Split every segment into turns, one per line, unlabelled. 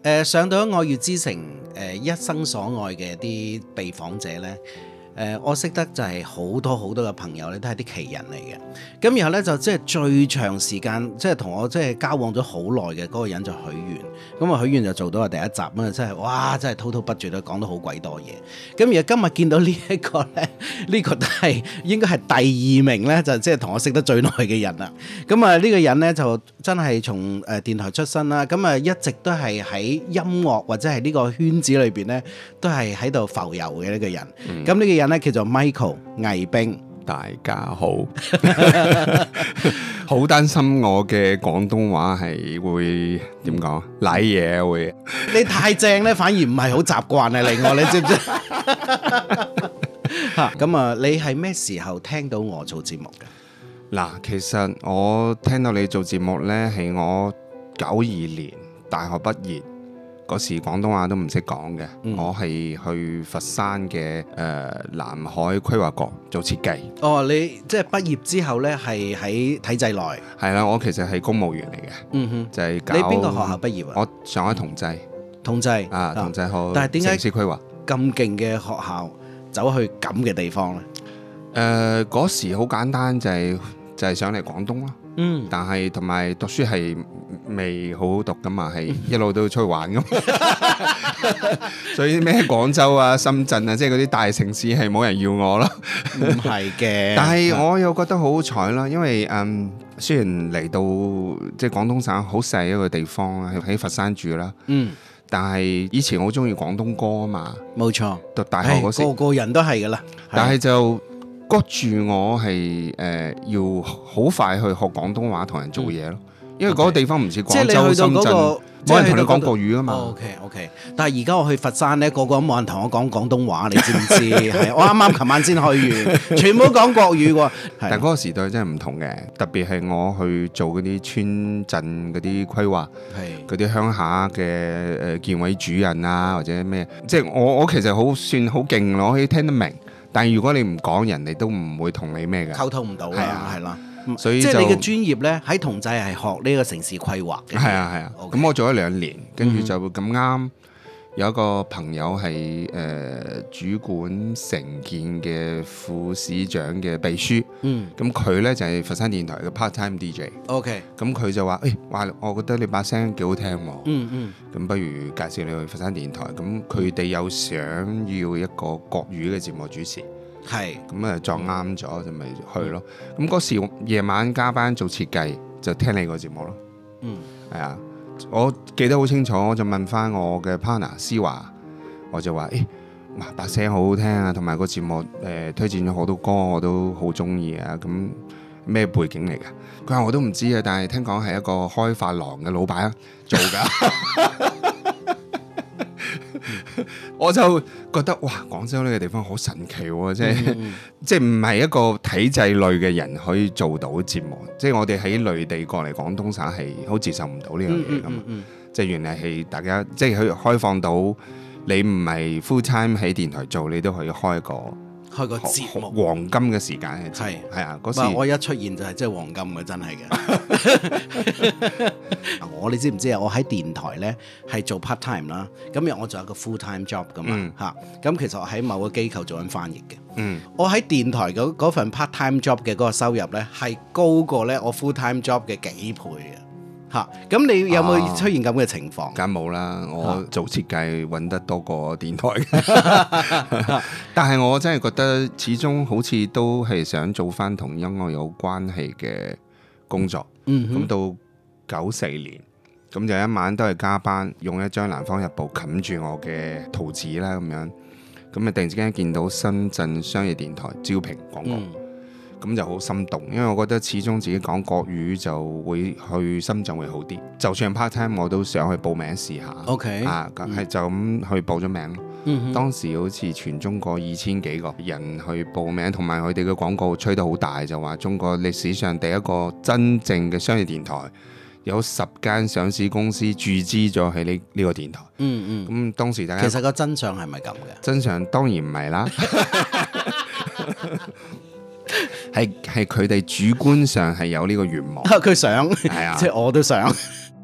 誒、呃上到《愛粵之城》誒、一生所愛嘅啲被訪者呢，誒、我識得就係好多好多嘅朋友呢，都係啲奇人嚟嘅。咁然後呢，就即係最長時間，即係同我即係交往咗好耐嘅嗰個人就許願。咁啊許願就做到我第一集咁啊，真係哇！真係滔滔不絕都講到好鬼多嘢。咁而今日見到呢一個呢，呢、個都係應該係第二名呢，就即係同我識得最耐嘅人啦。咁啊，呢個人呢，就真係從誒電台出身啦，咁啊一直都係喺音樂或者係呢個圈子裏邊呢，都係喺度浮遊嘅呢個人。
嗯
咁呢、個人呢，叫做 Michael 魏冰。
大家好， 好擔心我嘅廣東話係會點講？賴嘢會
你太正呢，反而唔係好習慣啊！令我你知唔 知？嚇咁啊，你係咩時候聽到我做節目嘅？
嗱，其實我聽到你做節目呢，係我九二年大學畢業嗰時，廣東話都唔識講嘅。
嗯
我係去佛山嘅誒、呃南海規劃局做設計，
哦，你即係畢業之後呢，係喺體制內。
係啦，我其實係公務員嚟嘅，
嗯哼，
就係、搞
你邊個學校畢業啊
我上海同濟
同濟
啊，同濟學
但係點解
城市規劃。
咁勁嘅學校走去咁嘅地方呢？
誒呃嗰、時好簡單，就係、就係、上嚟廣東啦。
嗯，
但係同埋讀書係未好好讀噶嘛，係一路都出去玩噶嘛。 所以咩廣州啊、深圳啊，即係嗰啲大城市係冇人要我啦。
唔係嘅。
但係我又覺得好好彩啦，因為嗯雖然嚟到即係廣東省好細一個地方啦，喺佛山住啦，
嗯，
但係以前好中意廣東歌啊嘛，
冇錯。
讀大學嗰時。
唉個個人都係噶啦。
但係就谷住我係誒、呃要好快去學廣東話同人做嘢咯，因為嗰個地方唔似
嗯即係
廣
你去到
州、深
嗰
圳，
個，
冇人同你
即係去到嗰哦
講
度
國語啊嘛。
O K O K，但係而家我去佛山呢，個個都冇人同我講廣東話，你知唔 知？係我啱啱琴晚先去完，全部都講國語喎。
但嗰
係
個時代真係唔同嘅，特別係我去做嗰啲村鎮嗰啲規劃，
係
嗰啲鄉下嘅誒建委主任啊，或者咩，即係我我其實好算好勁咯，我可以聽得明。但係如果你唔講，人哋都唔會同你咩嘅。
溝通唔到
係
啊，
啊
係啦。
所以
即係你
就
嘅專業呢，喺同濟係學呢個城市規劃嘅。
係啊係啊，咁
OK 嗯
我做咗兩年，跟住就咁啱有一個朋友係誒、呃主管城建嘅副市長嘅秘書，
嗯
咁佢呢就係、佛山電台嘅 part time DJ，
，O K，
咁佢就話：，誒、哇，我覺得你把聲幾好聽喎、
嗯嗯。
咁不如介紹你去佛山電台，咁佢哋有想要一個國語嘅節目主持。
係，
咁啊撞啱咗就咪去咯。咁
嗯
嗰時我夜晚加班做設計，就聽你個節目咯。
嗯，
係啊，我記得好清楚，我就問翻我嘅 partner 思華，我就話：，誒、哇把聲好好聽啊，同埋個節目誒、呃推薦咗好多歌，我都好中意啊。咁咩背景嚟㗎？佢話我都唔知啊，但係聽講係一個開髮廊嘅老闆啊做㗎。 我就覺得哇，廣州呢個地方好神奇喎、即係、即係唔係一個體制類嘅人可以做到節目，即係我哋喺內地過嚟廣東省係好接受唔到呢樣
嗯
嘢㗎嘛。即係原來係大家即係佢開放到你唔係 full time 喺電台做，你都可以開個
開個節目。
黃金嘅時間嘅節目係啊，嗰時
哇！我一出現就係即係黃金嘅，真係嘅。 我你知唔知啊？我喺電台呢係做 part time 啦，咁然後我仲有個 full time job 噶嘛
嗯
嚇。咁、其實我喺某個機構做緊翻譯嘅。
嗯
我喺電台嗰嗰份 part time job 嘅嗰個收入呢，係高過呢我 full time job 嘅幾倍嘅嚇。咁你有冇
啊
出現咁嘅情況？
梗冇啦，我做設計揾得多過電台 嘅但係我真係覺得始終好似都係想做翻同音樂有關係嘅工作。
嗯哼，
咁到九四年，咁就一晚都係加班，用一張《南方日報》冚住我嘅圖紙啦，咁樣。咁啊，突然之間見到深圳商業電台招聘廣告，
嗯
咁就好心動，因為我覺得始終自己講國語就會去深圳會好啲。就算 part time 我都想去報名試下。
OK，
啊，咁係就咁去報咗名咯。
嗯哼
當時好似全中國二千幾個人去報名，同埋佢哋嘅廣告吹得好大，就話中國歷史上第一個真正嘅商業電台，有十間上市公司注資咗喺呢呢個電台。
嗯嗯，
咁當時大家
其實個真相係咪咁嘅？
真相當然唔係啦，係係佢哋主觀上係有呢個願望，
佢想，
係啊
即，係我都想。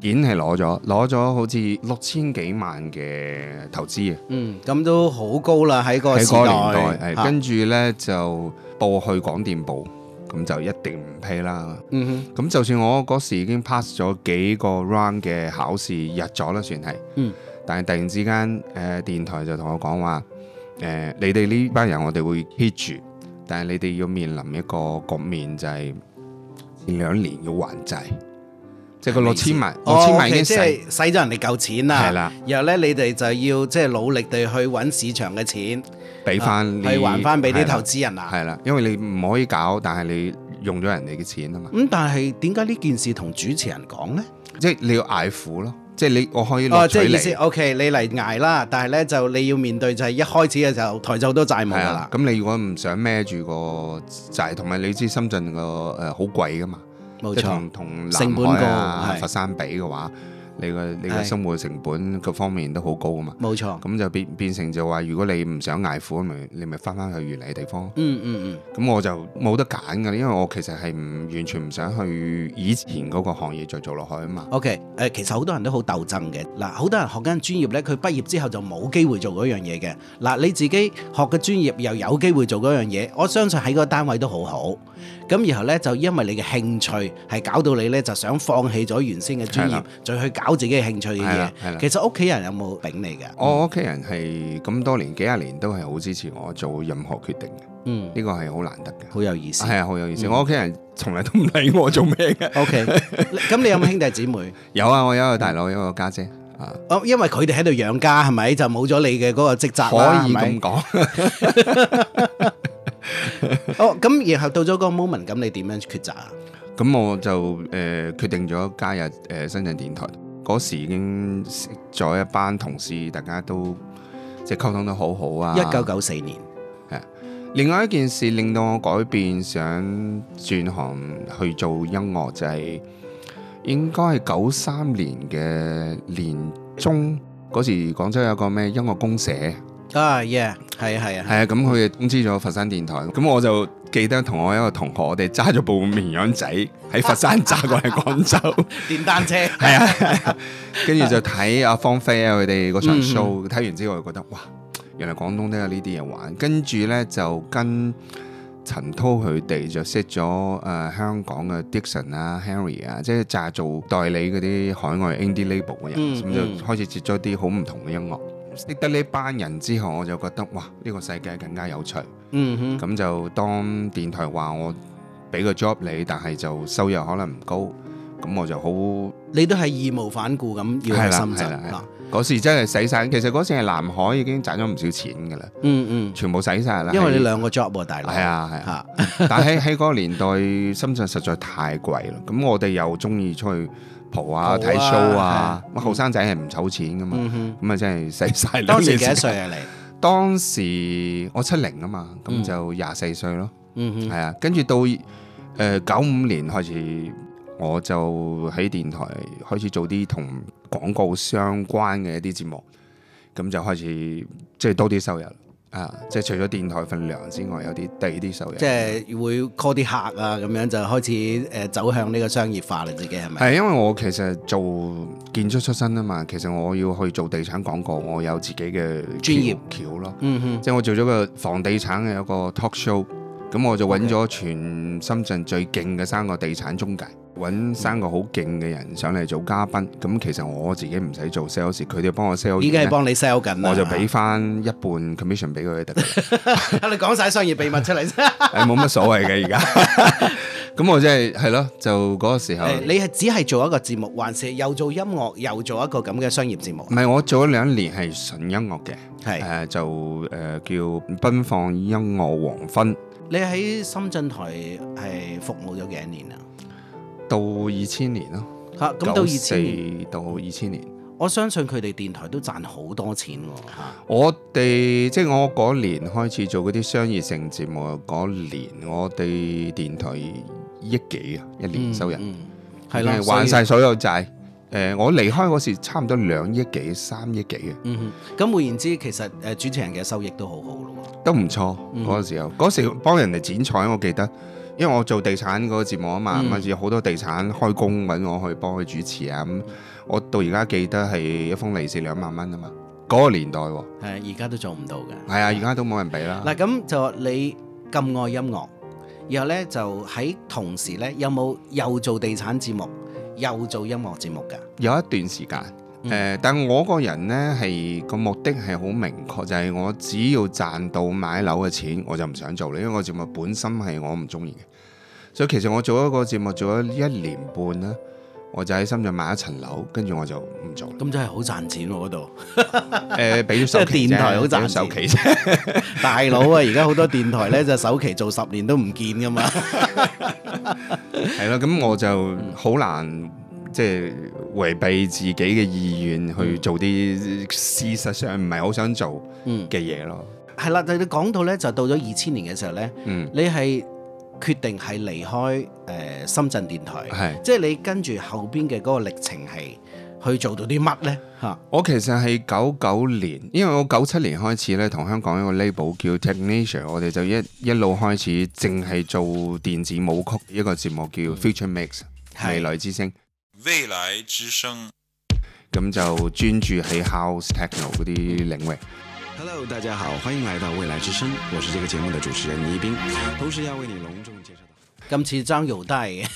件係攞咗，攞咗好似六千幾萬嘅投資啊，
嗯，咁都好高啦，喺個
喺
時
嗰個年
代。
代，
嚇
係跟住呢就報去廣電部，咁就一定唔批啦。
嗯哼，
咁就算我嗰時已經 pass 咗幾個 round 嘅考試，入咗啦，算係。
嗯。
但係突然之間，誒、電台就同我講話，誒、你哋呢班人我哋會 hit 住，但係你哋要面臨一個局面就係、兩年要還債，即係個六千萬，六千萬已
哦，OK，
經
即
使
係使咗人哋夠錢啦。
係啦，
然後咧，你哋就要即係努力地去揾市場嘅錢，啊
俾翻你，
去還翻俾啲投
資。
資人啊。
係啦，因為你唔可以搞，但係你用咗人哋嘅錢啊嘛，
咁但係點解呢件事同主持人講呢？
即係你要捱苦咯，即係你我可以
哦，
錄
即
取
係
你
意。思，OK，你嚟捱啦，但係咧就你要面對就係一開始嘅時候台就都債務
係
㗎
啊
啦，。
咁你如果唔想孭住個債，同埋你知深圳個誒好貴噶嘛，
冇
即係
錯
同，同
成
南
本
海
高
啊
係、
佛山比嘅話，你個你個
係
生活成本各方面都好高噶嘛。
冇錯。
咁就變變成就話，如果你唔想捱苦，咪你咪翻翻去原嚟嘅地方。
嗯嗯
咁我就冇得揀噶，因為我其實係唔完全唔想去以前嗰個行業再做落去啊嘛
嗯。，OK，誒、其實好多人都好鬥爭嘅。嗱，好多人學緊專業咧，佢畢業之後就冇機會做嗰樣嘢嘅。嗱，你自己學嘅專業又有機會做嗰樣嘢，我相信喺個單位都好好。咁然後咧，就因為你嘅興趣係搞到你咧，就想放棄咗原先嘅專
係
業
啦，
再去搞自己嘅興趣嘅
係啦係
嘢。
啦
其實屋企人有冇丙你嘅？
哦我屋企人係咁多年幾廿年都係好支持我做任何決定嘅，
嗯，
呢個係好難得嘅。
好有意思。
係啊，好有
嗯
意思。我屋企人從來都唔理我做咩 嘅。
O K，咁你有冇兄弟姊妹？
有啊，我有一個大佬，有一個家姐啊，
哦，因為佢哋喺度養家係咪？就冇咗你嘅嗰個職責
可
啦，係
以
咪
咁？講。
哦，咁然後到咗個 moment，咁你點樣抉擇啊？
咁我就誒、呃、決定咗加入誒、呃深圳電台。嗰時已經識咗一班同事，大家都即係溝通得好好啊。
一九九四年，
另外一件事令到我改變，想轉行去做音樂，就係、應該係九三年嘅年中嗰時，廣州有個咩音樂公社。
啊，yeah，係啊係啊，
係啊，咁佢哋通知咗佛山電台，咁我就記得同我一個同學，我哋揸咗部綿羊仔喺佛山揸過嚟廣州，
電單 車，
係啊係 啊，跟住就睇阿芳菲啊佢哋嗰場
嗯
show，睇完之後就覺得哇，原來廣東都有呢啲嘢玩，跟住呢，就跟陳滔佢哋就識咗誒、呃香港嘅 Dixon 啊、Harry 啊，即係揸做代理嗰啲海外 indie label 嘅人，
嗯
咁、
嗯
就開始接咗啲好唔同嘅音樂。識得呢班人之後，我就覺得哇，呢、個世界更加有趣。
嗯哼，
咁就當電台話我俾個 job 你，但係就收入可能唔高，咁我就好
你都係義無反顧咁要
係
去
啦
深圳啊
係啦係
嗱
啦，嗰時真係使晒。其實嗰時係南海已經賺咗唔少錢㗎啦，
嗯
全部使晒啦。
嗯，因為你
喺
兩個 job 喎，大佬，
係啊係啊，
嚇，
但喺 喺嗰個年代，深圳實在太貴啦。咁我哋又中意出去蒲啊、
蒲啊
睇 show 啊，
係
咁後生仔係唔籌錢㗎嘛。
嗯哼，
咁啊，真係使晒。
當時幾多歲？啊 你？
當時我七零啊嘛，
嗯
咁就廿四歲咯。
嗯哼，
係啊，跟住到誒九五年開始，我就喺電台開始做啲同廣告相關嘅一啲節目，咁就開始即係多啲收入啊！即係除咗電台份糧之外，有啲第二啲收入。
即係會 call 啲客啊，咁樣就開始誒走向呢個商業化啦，自己係咪？
係因為我其實做建築出身啊嘛，其實我要去做地產廣告，我有自己嘅
專業
橋橋咯。
嗯哼，
即係我做咗個房地產嘅一個 talk show，咁我就揾咗全深圳最勁嘅三個地產中介，揾
嗯
三個好勁嘅人上嚟做嘉賓。咁其實我自己唔使做 sales，佢哋幫我 sell
已經係
完呢，
幫你 sell 緊啊啦，
啊我 就俾翻一半 commission 俾佢哋得㗎啦，
你講晒商業秘密出嚟先。
誒冇乜所謂嘅而家。咁我真係係咯，就嗰個時候，
誒， 你係只係做一個節目，還是又做音樂，又做一個咁嘅商業節目啊
唔？係我做咗兩年係純音樂嘅，
係
誒、就誒、叫奔放音樂黃昏，
你喺深圳台係服務咗幾多年啊？
到二千年咯，
嚇，咁到二千年，
年到二千年。
我相信佢哋電台都賺好多錢喎、嚇
我哋即係我嗰年開始做嗰啲商業性節目，嗰年我哋電台億幾啊，一年收入，
嗯，係啦、
已經
所以
還晒所有債。誒、我離開嗰時差唔多兩億幾、三億幾啊嘅，
嗯哼，咁換言之，其實誒、呃主持人嘅收益都好好咯喎。
都唔錯嗰個時候。嗰時幫人哋剪彩，我記得，因為我做地產嗰個節目啊嘛，
嗯
咁有好多地產開工揾我去幫佢主持啊。咁我到而家記得係一封利是兩萬蚊啊嘛，嗰、個年代喎，
係而家都做唔到嘅。
係啊，而家都冇人俾啦。
嗱，咁就你咁愛音樂，然後咧就喺同時咧，有冇又做地產節目，又做音樂節目㗎？
有一段時間，誒、呃
嗯
但我個人呢，係個目的係好明確，就係、我只要賺到買樓嘅錢，我就唔想做啦，因為個節目本身係我唔中意嘅。所以其實我做一個節目做咗一年半啦，我就喺深圳買一層樓，跟住我就唔做 啦。
咁真係好賺錢喎嗰度，
誒，俾咗首期
即係電台好
啫，
賺錢
俾咗首期啫。
大佬啊！而家好多電台咧就首期做十年都唔見㗎嘛。
係咯，咁我就好難即係違背自己嘅意願去做啲事實上唔係好想做
嗯，
嘅嘢咯。
係啦，但係你講到咧就到咗二千年嘅時候咧，
嗯，
你係決定係離開誒、呃深圳電台。
係。
即係你跟住後邊嘅嗰個歷程係去做到啲乜呢？嚇，
我其實係九九年，因為我九七年開始咧，同香港一個 label 叫 Technature，我哋就一一路開始淨係做電子舞曲一個節目叫 Future Mix
係
未來之星，
未来之声。
咁就專注喺 house techno 嗰啲領域。
Hello，大家好，欢迎来到未来之声，我是这个节目的主持人倪斌，同时要为你隆重介绍到。
今次爭搖低 嘅，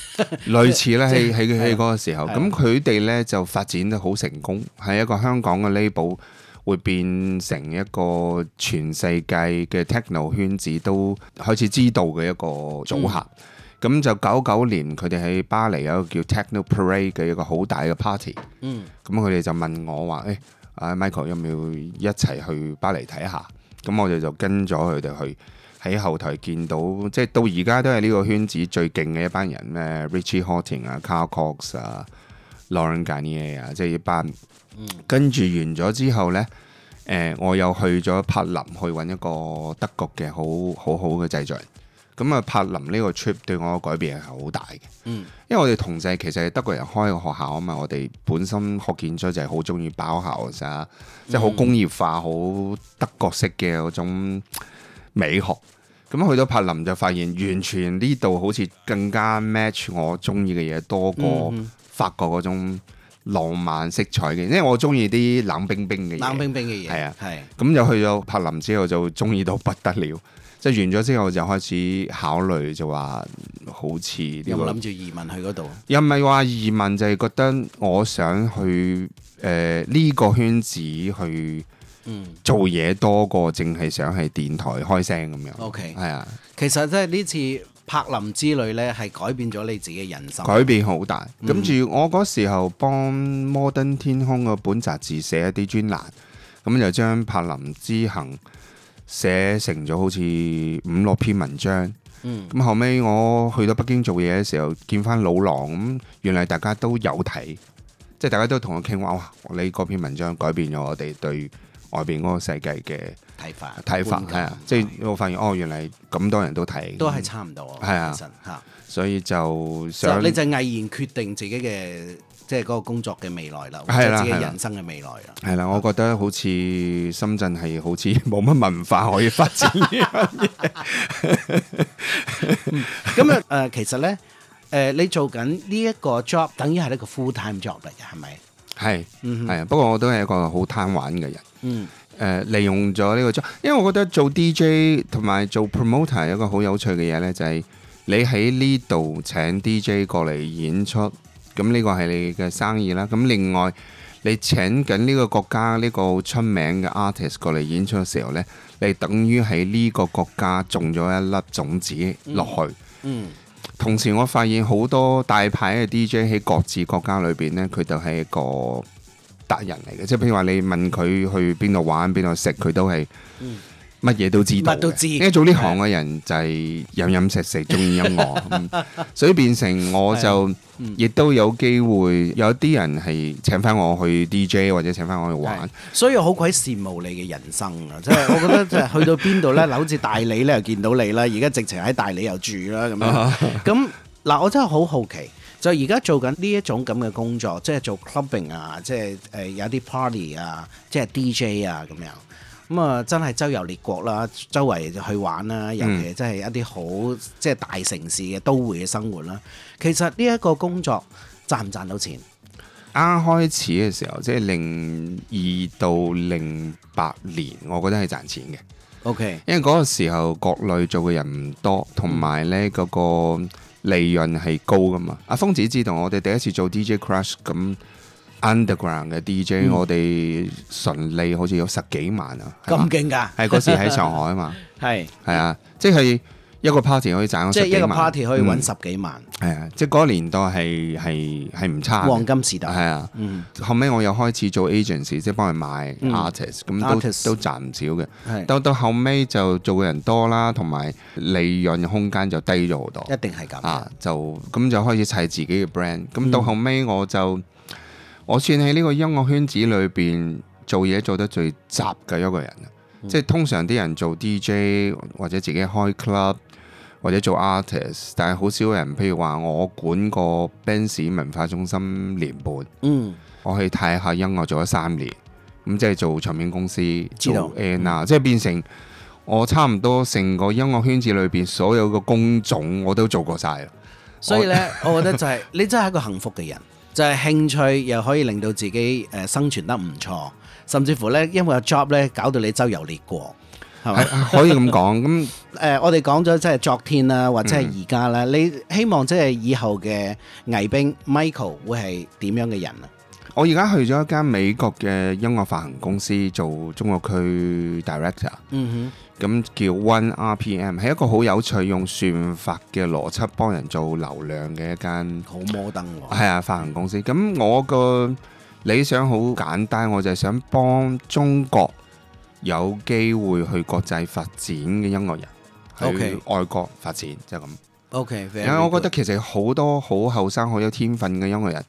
類似啦，
即
喺喺
係啊
喺嗰個時候，
係
咁佢哋呢就發展得好成功，喺一個香港嘅 label 會變成一個全世界嘅 techno 圈子都開始知道嘅一個組合。
嗯
咁就九九年，佢哋喺巴黎有一個叫 Techno Parade 嘅一個好大嘅 party，
嗯，
咁佢哋就問我話：，誒、啊 Michael 有冇一齊去巴黎睇下？咁我哋就跟咗佢哋去。喺後台見到，即係到而家都係呢個圈子最勁嘅一班人咩 Richie Horting 啊、Carl Cox 啊、Lauren Garnier 啊，即係一班。跟住完咗之後呢，誒、呃我又去咗柏林去揾一個德國嘅好好好嘅製作人。咁啊，柏林呢個 trip 對我嘅改變係好大嘅。
嗯，
因為我哋同濟其實係德國人開嘅學校啊嘛，我哋本身學建咗就係好中意包校啊，
嗯
即係好工業化、好德國式嘅嗰種美學。咁去到柏林就發現，完全呢度好似更加 match 我中意嘅嘢多過
嗯
法國嗰種浪漫色彩嘅，因為我中意啲冷冰冰嘅嘢。
冷冰冰嘅嘢，
係啊
係
咁就去咗柏林之後就中意到不得了，即係完咗之後就開始考慮就話好似呢、
有
個
冇諗住移民去嗰度？
又唔係話移民，就係、覺得我想去呃誒呢、個圈子去
嗯
做嘢多過，淨係想喺電台開聲咁樣。
，OK，
係啊，
其實即係呢次柏林之旅呢，係改變咗你自己人生，
改變好大。跟住、我嗰時候幫摩登天空個本雜誌寫一啲專欄，咁就將柏林之行寫成咗好似五六篇文章。
嗯
咁後尾我去到北京做嘢嘅時候，見翻老狼咁，原來大家都有睇，即係大家都同我傾話，哇！你嗰篇文章改變咗我哋對外邊嗰個世界嘅
睇法
睇法，
觀
係啊
感，
即係我發現哦，原來咁多人都睇，
都係差唔多啊，
係啊
其實嚇，
所以就
就
想
你就毅然決定自己嘅即係嗰個工作嘅未來啦，或
係
者
啦
自己
係啦
人生嘅未來啦。
係啦，我覺得好似深圳係好似 冇乜文化可以發展，
咁啊 誒，其實呢，誒你做緊呢一個 job，等於係一個 full time job 嚟嘅，係咪？
係係啊。不過我都係一個好貪玩嘅人。
嗯。
誒、利用咗呢個 job，因為我覺得做 DJ 同埋做 promoter 有一個好有趣嘅嘢呢，就係、你喺呢度請 DJ 過嚟演出，咁呢個係你嘅生意啦。咁另外你請緊呢個國家呢、個好出名嘅 artist 過嚟演出嘅時候呢，你等於喺呢個國家種咗一粒種子落去。
嗯
同時我發現好多大牌嘅 DJ 喺各自國家裏邊呢，佢就係一個達人嚟嘅，即係譬如話你問佢去邊度玩、邊度食，佢都係乜嘢都知道嘅。
嗯乜都知
因為做呢行嘅人就係飲飲食食，中意音 樂，嗯所以變成我就
嗯
亦都有機會，有啲人係請翻我去 DJ 或者請翻我去玩
係。所以我好鬼羨慕你嘅人生 啊！即係我覺得即係去到邊度咧，嗱好似大理咧又見到你啦，而家直情喺大理又住啦咁樣。
啊
咁嗱，我真係好好奇，就而家做緊呢一種咁嘅工作，即係做 clubbing 啊，即係誒有啲 party 啊，即係 DJ 啊咁樣。咁啊，真係周遊列國啦，周圍去玩啦，尤
嗯
其真係一啲好即係大城市嘅都會嘅生活啦。其實呢一個工作賺唔賺到錢？
啱開始嘅時候，即係零二到零八年，我覺得係賺錢嘅，
OK，
因為嗰個時候國內做嘅人唔多，同埋
嗯
呢嗰、個利潤係高噶嘛。阿峰子知道我哋第一次做 DJ Crush 咁 underground 嘅 DJ，、我
嗯
哋純利好似有十幾萬啊，係嘛
咁勁㗎，
係嗰時喺上海 啊嘛，
係
係啊，即係一個 party 可以賺
即係
係
一個 party 可以揾
係、
十幾萬，
係啊，即係嗰個年代係係係唔差嘅，
黃金時代。
係啊。
嗯，
後尾我又開始做 agency，即係幫人買
嗯
artist，咁、
artist
都都賺唔少嘅。
係
到到後尾就做嘅人多啦，同埋利潤空間就低咗好
一
多
定係咁。
啊，就咁就開始砌自己嘅 brand。咁
嗯
到後尾我就、我算喺呢個音樂圈子裏邊做嘢做得最雜嘅一個人，啊
嗯
即係通常啲人做 DJ 或者自己開 club。或者做 artist，但係好少人，譬如話我管個 Benz 文化中心年半，
嗯，
我去睇下音樂做咗三年，咁即係做唱片公司
知道嗯
做 N 啊，即係變成我差唔多成個音樂圈子裏邊所有嘅工種我都做過晒啦。
所以咧， 我覺得就係你真係一個幸福嘅人，就係興趣又可以令到自己誒生存得唔錯，甚至乎咧因為個 job 咧搞到你周遊列國，係咪？
係可以咁講，咁
誒、我哋講咗即係昨天啦，或者
嗯
係而家啦，你希望即係以後嘅倪兵 Michael 會係點樣嘅人啊？
我而家去咗一間美國嘅音樂發行公司做中國區 director，
嗯
咁叫 One RPM，係一個好有趣用算法嘅邏輯幫人做流量嘅一間
哼，好摩登喎。
係啊，發行公司。咁我個理想好簡單，我就係想幫中國有機會去國際發展嘅音樂人。
OK
去外國發展就係咁，
OK，
因為我覺得其實好多好後生、好有天分嘅音樂人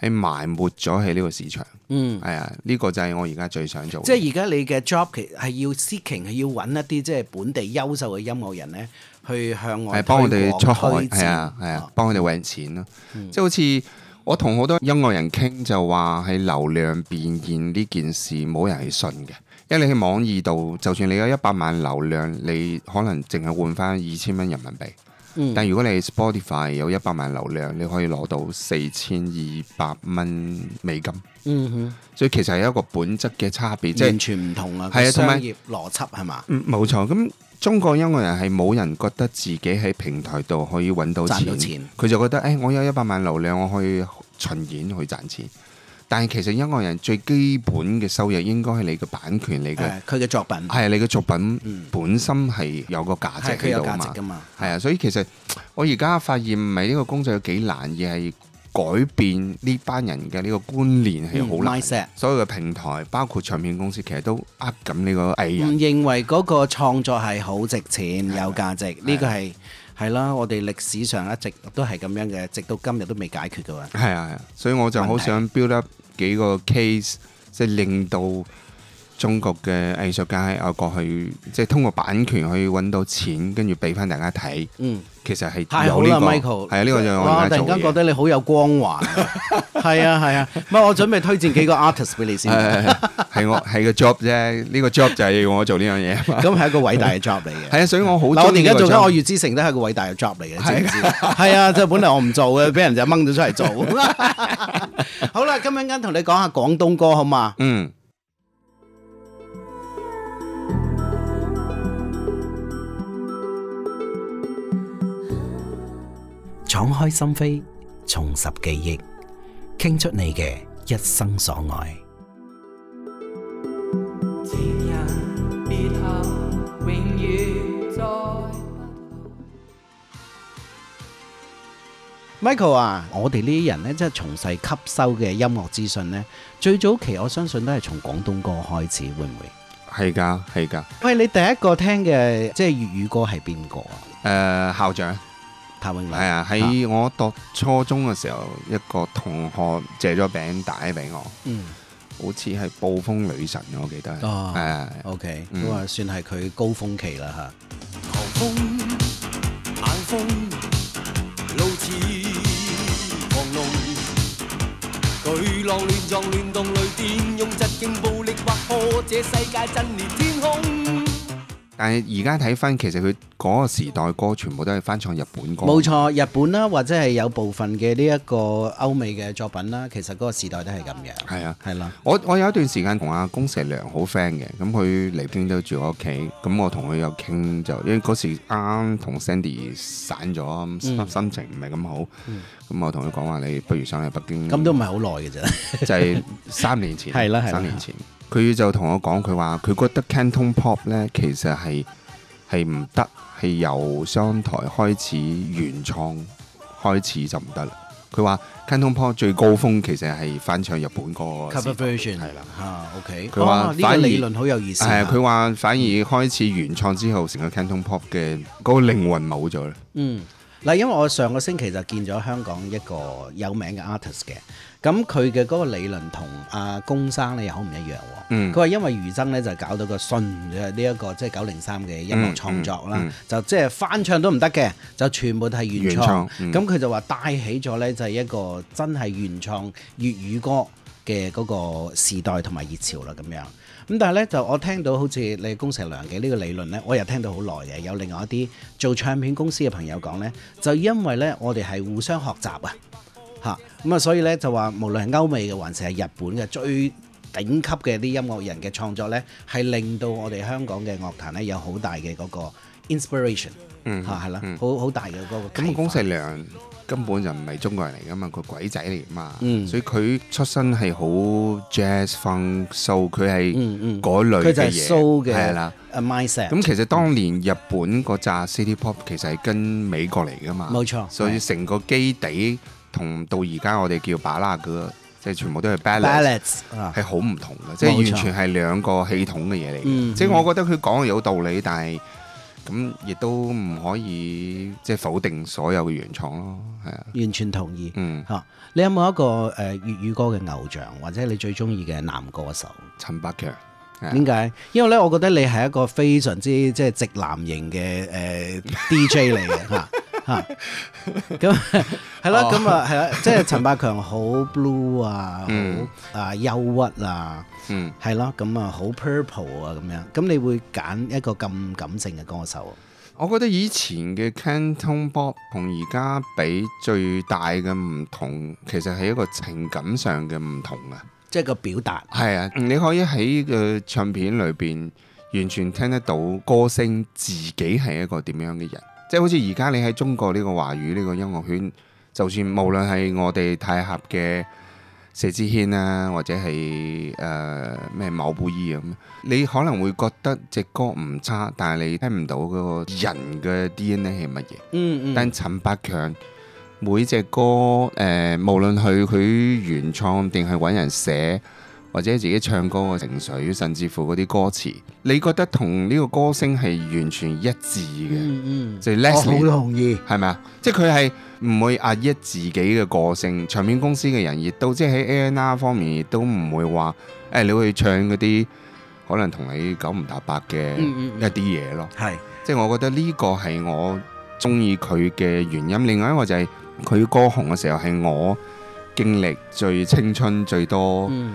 係埋沒咗喺呢個市場，
嗯。
係啊，呢、個就係我而家最想做嘅。
即係而家你嘅 job 其係要 seeking 係要揾一啲即係本地優秀嘅音樂人咧，去向外
係幫我哋出海，
推廣推薦
係
哦嗯
啊係啊，幫佢哋揾錢咯。即係好似我同好多音樂人傾就話係流量變現呢件事冇人係信嘅，因為你喺網易度，就算你有一百萬流量，你可能淨係換翻二千蚊人民幣。
嗯
但如果你 Spotify 有一百萬流量，你可以攞到四千二百蚊美金，
嗯哼，
所以其實係一個本質嘅差別，即係
完全唔同啊，
係啊
個
同埋
商業邏輯係嘛，
嗯冇錯。咁中國音樂人係冇人覺得自己喺平台度可以揾到
賺
錢
到，錢，
佢就覺得誒、哎我有一百萬流量，我可以巡演去賺錢。但係其實音樂人最基本嘅收入應該係你嘅版權，你嘅
誒佢嘅作品
係你嘅作品
嗯
本身係有個價值
係佢
喺
有
度啊
價值
嘛
㗎。嘛，
係啊，所以其實我而家發現唔係呢個工作有幾難，而係改變呢班人嘅呢個觀念係啊好難。
嗯，mindset
所有嘅平台，包括唱片公司，其實都呃緊呢個藝
唔
人。
認為嗰個創作係好值錢
啊
有價值，呢個係係啦，我哋歷史上一直都係咁樣嘅，直到今日都未解決嘅喎。
係啊，係啊，所以我就好
問題
想 build up 幾個 case，即係令到中國嘅藝術家喺外國去，即係通過版權去揾到錢，跟住俾翻大家睇。
嗯。
其實係
太好
有
啦
呢個，
，Michael。
係啊，呢個就係我
哇
而家
突然
做
間覺
嘅嘢。
得你好有光環 啊。係啊係啊，唔係我準備推薦幾個 artist 俾你先。
係係係係我係個 job 啫，呢個 job 就係要我做呢樣嘢啊嘛。
咁係一個偉大嘅 job 嚟嘅。
係啊，所以我好
嗱，我
中
哋而
意
家
呢個
做緊《愛
job。
粵之城》都係一個偉大嘅 job 嚟嘅，知唔知？係啊，即係本來我唔做嘅，俾人就掹咗出嚟做。 好啦，今日間同你講下廣東歌好嘛？
嗯，
敞開心扉，重拾記憶，傾出你嘅一生所愛。
情人別後，永遠再不老。
Michael 啊，我哋呢啲人呢，即係從細吸收嘅音樂資訊呢，最早期我相信都係從廣東歌開始，會唔會？
係㗎，係㗎。
喂，你第一個聽嘅即係粵語歌係邊個啊？
誒校長
譚詠麟
係啊，喺我讀初中嘅時候，一個同學借咗餅帶俾我，
嗯
好似係暴風女神，我記得係。
哦
係啊係啊
，OK，
嗯
咁啊算係佢高峰期啦嚇。
狂風、冷風，路似狂龍。巨浪亂撞亂動雷電，用疾勁暴力劃破這世界震裂天空。
但係而家睇翻，其實佢嗰個時代歌全部都係翻唱日本歌。
冇錯，日本啦，或者係有部分嘅呢一個歐美嘅作品啦，其實嗰個時代都係咁樣，
係啊。
係啦，
我我有一段時間同阿公石良好 friend 嘅，咁佢嚟邊都住我屋企，咁我同佢有傾就，因為嗰時啱啱同 Sandy 散咗，咁心
嗯
心情唔係咁好，咁、我同佢講話你不如上嚟北京，
咁都唔係好耐嘅啫。
就係三年前，
係啦係啦
三年前，佢就同我講，佢話佢覺得 Canton Pop 呢其實係係唔得，係由商台開始原創開始就唔得啦。佢話 Canton Pop 最高峰其實係翻唱日本歌嗰個時
cover
代
version
係啦。
啊，OK，
佢話
哦呢個
反而
理論好有意思
係
啊，
啊佢話反而開始原創之後，成個 Canton Pop 嘅嗰個靈魂冇咗啦。
嗯，嗱，因為我上個星期就見咗香港一個有名嘅 artist 嘅，咁佢嘅嗰個理論同阿公生咧又好唔一樣喎。
嗯
佢話因為餘爭咧就搞到個信嘅呢一個即係九零三嘅音樂創作啦，
嗯嗯嗯
就即係翻唱都唔得嘅，就全部都係原
原
創
創。
咁
嗯
佢、就話帶起咗咧就係一個真係原創粵語歌嘅嗰個時代同埋熱潮啦咁樣。咁但係咧就我聽到好似你公石良嘅呢個理論咧，我又聽到好耐嘅。有另外一啲做唱片公司嘅朋友講咧，就因為咧我哋係互相學習啊，嚇咁啊，所以咧就話無論係歐美嘅還是係日本嘅最頂級嘅啲音樂人嘅創作咧，係令到我哋香港嘅樂壇咧有好大嘅嗰個 inspiration 啊
嗯
嚇係啦
嗯，
好好大嘅嗰個
咁
啟
龚
發
世良根本就唔係中國人嚟噶嘛，佢鬼仔嚟噶嘛，
嗯
所以佢出身係好 jazz funk soul，佢
嗯
係
嗯
嗰類
佢就
嘅
係
嘢，
soul 嘅
係啦。
啊 mindset
咁其實當年日本嗰扎 city pop 其實係跟美國嚟噶嘛，
冇錯
所以成個基地同到而家我哋叫巴拉嘅，即係全部都係 balance。
balance 啊
係好唔同嘅，即係
冇錯
完全係兩個系統嘅嘢嚟嘅。
嗯
即係我覺得佢講嘅有道理，但係咁亦都唔可以即係否定所有嘅原創咯。係啊，
完全同意
嗯，
嚇。你有冇一個誒粵語歌嘅偶像，或者你最中意嘅男歌手？
陳百強係啊
點解？因為咧，我覺得你係一個非常之即係直男型嘅誒、 呃 DJ 嚟嘅嚇嚇。咁係
哦
啦，咁啊係啦，即係陳百強好 blue 啊，
嗯
好啊憂鬱啊，
嗯，
係咯，咁啊好 purple 啊咁樣。咁你會揀一個咁感性嘅歌手？
我覺得以前嘅 Canton Pop 同而家比最大嘅唔同，其實係一個情感上嘅唔同啊。
即係個表達，
係啊，你可以喺個唱片裏邊完全聽得到歌星自己係一個點樣嘅人，即係好似而家你喺中國呢個華語呢個音樂圈，就算無論係我哋太合嘅謝之軒啊，或者係誒咩某布衣啊咁，你可能會覺得隻歌唔差，但係你聽唔到嗰個人嘅 DNA 係乜嘢。
嗯嗯，
但陳百強每隻歌誒、呃，無論佢佢原創定係揾人寫，或者自己唱歌嘅情緒，甚至乎嗰啲歌詞，你覺得同呢個歌星係完全一致嘅，
嗯嗯，
就係
我好
Leslie
同意，
係咪啊？即係佢係唔會壓抑自己嘅個性，唱片公司嘅人亦都即係喺 A N R 方面亦都唔會話誒、哎你去唱嗰啲可能同你九唔搭八嘅
嗯嗯嗯
一啲嘢咯。
係
即係我覺得呢個係我中意佢嘅原因。另外一個就係佢歌紅嘅時候係我經歷最青春最多
嗯。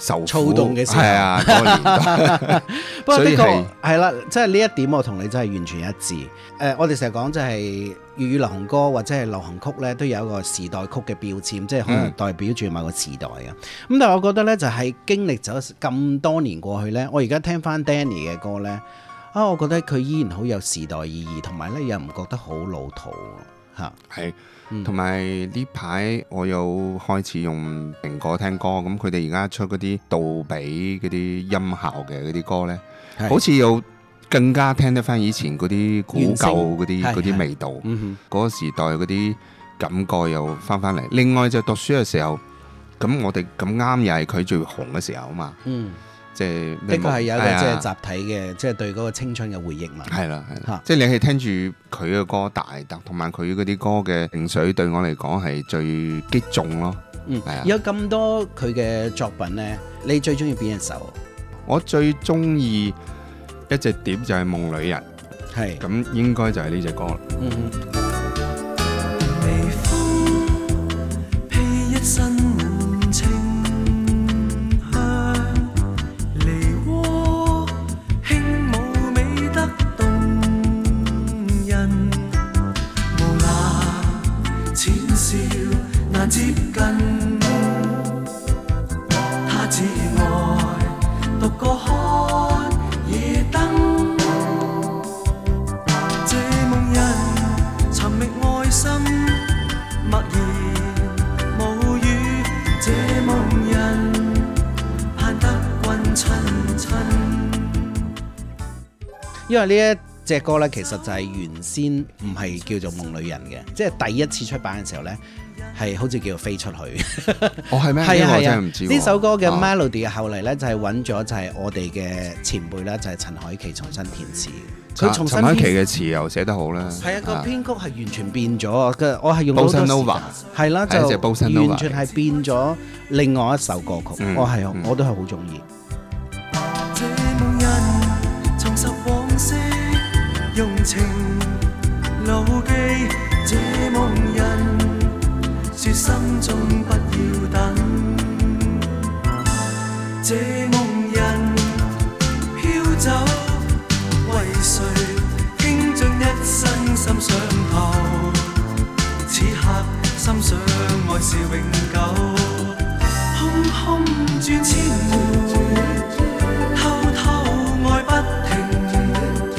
受苦
躁動嘅時候
係啊嗰個年代。
不過
所
的
以
確
係
係啦，即係呢一點我同你真係完全一致。誒、我哋成日講就係粵語流行歌或者係流行曲呢，都有一個時代曲嘅標籤，即係可能
嗯
代表住某個時代啊。咁、但係我覺得呢，就係、經歷咗咁多年過去呢，我而家聽翻 Danny 嘅歌呢，啊，我覺得佢依然好有時代意義，同埋呢又唔覺得好老土嚇。啊
係
嗯，
同埋呢排我有開始用蘋果聽歌，咁佢哋而家出嗰啲杜比嗰啲音效嘅嗰啲歌呢，
係
好似有更加聽得翻以前嗰啲古
原聲
舊嗰啲
係
嗰啲
係
味道。
嗯
嗰個時代嗰啲感覺又翻翻嚟。另外就讀書嘅時候，咁我哋咁啱又係佢最紅嘅時候啊嘛，
嗯，
即係
的確係有一個即係
集
集體嘅，即係對嗰個青春嘅回憶嘛。
係啦係啦
嚇，
即係你係聽住佢嘅歌大，但同埋佢嗰啲歌嘅情緒對我嚟講係最擊中咯。
嗯
係啊，
有咁多佢嘅作品咧，你最中意邊一首？
我最中意一隻碟就係《夢裏人
係》，，
咁應該就係呢只歌啦。
嗯哼。
微風披一身清香，梨渦輕舞美得動人，無牙淺笑難接近。他至愛獨個看夜燈，這夢人。尋覓愛心，默然無語。這夢人，盼得君親親。
因為呢一隻歌呢，其實就係原先唔係叫做《夢裏人》嘅，即係第一次出版嘅時候呢，係好似叫做飛出去。
哦，係咩？
係
呢個
啊
我
係
真
啊
係唔知喎。
呢首歌嘅
啊
melody 後嚟呢，就係揾咗就係我哋嘅前輩啦，就係陳凱琪重新填詞。佢重新
陳凱琪
編
嘅詞又寫得好啦，
係啊，個編曲係完全變咗嘅，我係用
Bossa
好多
Nova
時間係啦，
係一隻
就
Bossa Nova
完全係變咗另外一首歌曲。
嗯
我係
嗯
我都係好中意。
這夢人重拾往昔，用情牢記。這夢人說心中不要等。這夢人飄走，為誰傾盡一生心上頭？此刻心想愛是永久，空空轉千回。偷偷愛不停，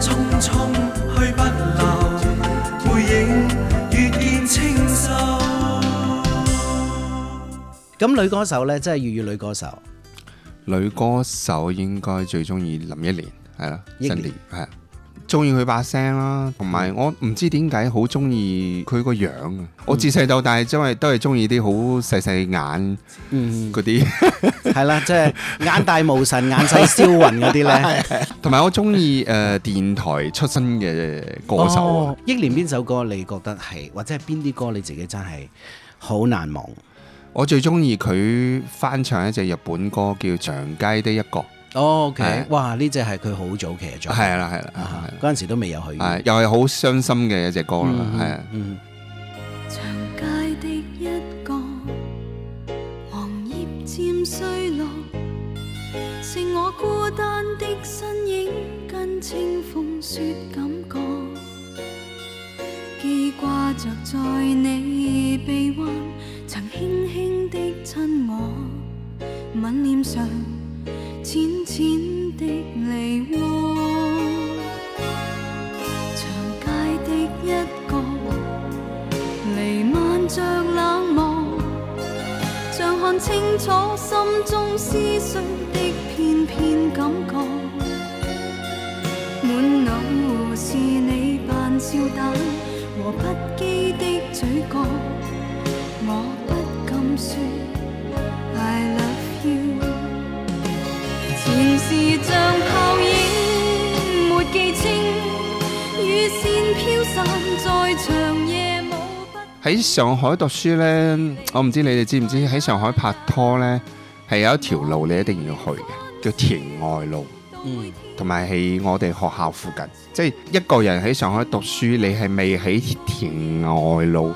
匆匆去不留，回影越見清秀。
咁女歌手呢，即係粵語女歌手，
女歌手應該最中意林憶蓮，係啦，
憶
新
蓮嗯
年係啊中意佢把聲啦，同埋我唔知點解好中意佢個樣啊！我自細到大，因為都係中意啲好細細眼
嗯，
嗰啲，
係啦，即 係眼大無神、眼細銷魂嗰啲呢。
同埋我中意誒電台出身嘅歌手啊
哦。憶蓮邊首歌你覺得係，或者係邊啲歌你自己真係好難忘？
我最中意佢翻唱一隻日本歌叫《長街的一角》，
哦，OK，
係啊
哇！呢隻係佢好早期嘅作品，
係啦係啦係啦
啊，嗰陣時都未有去。
係啦，又係好傷心嘅一隻歌啦，係啊。
嗯，
長街的一角，黃葉漸衰落，剩我孤單的身影跟清風說感覺，記掛着在你臂彎，曾輕輕的親我，吻臉上淺淺的梨渦，長街的一角。弥漫着冷漠，像看清楚心中思緒的片片感覺。滿腦是你扮笑蛋和不羈的嘴角，我不敢說 I love you。前事像泡影，沒記清，雨線飄散在長夜舞不。
喺上海讀書呢，我唔知你哋知唔知喺上海拍拖呢，係有一條路你一定要去嘅，叫田外路，
嗯
同埋喺我哋學校附近。即係一個人喺上海讀書，你係未喺田外路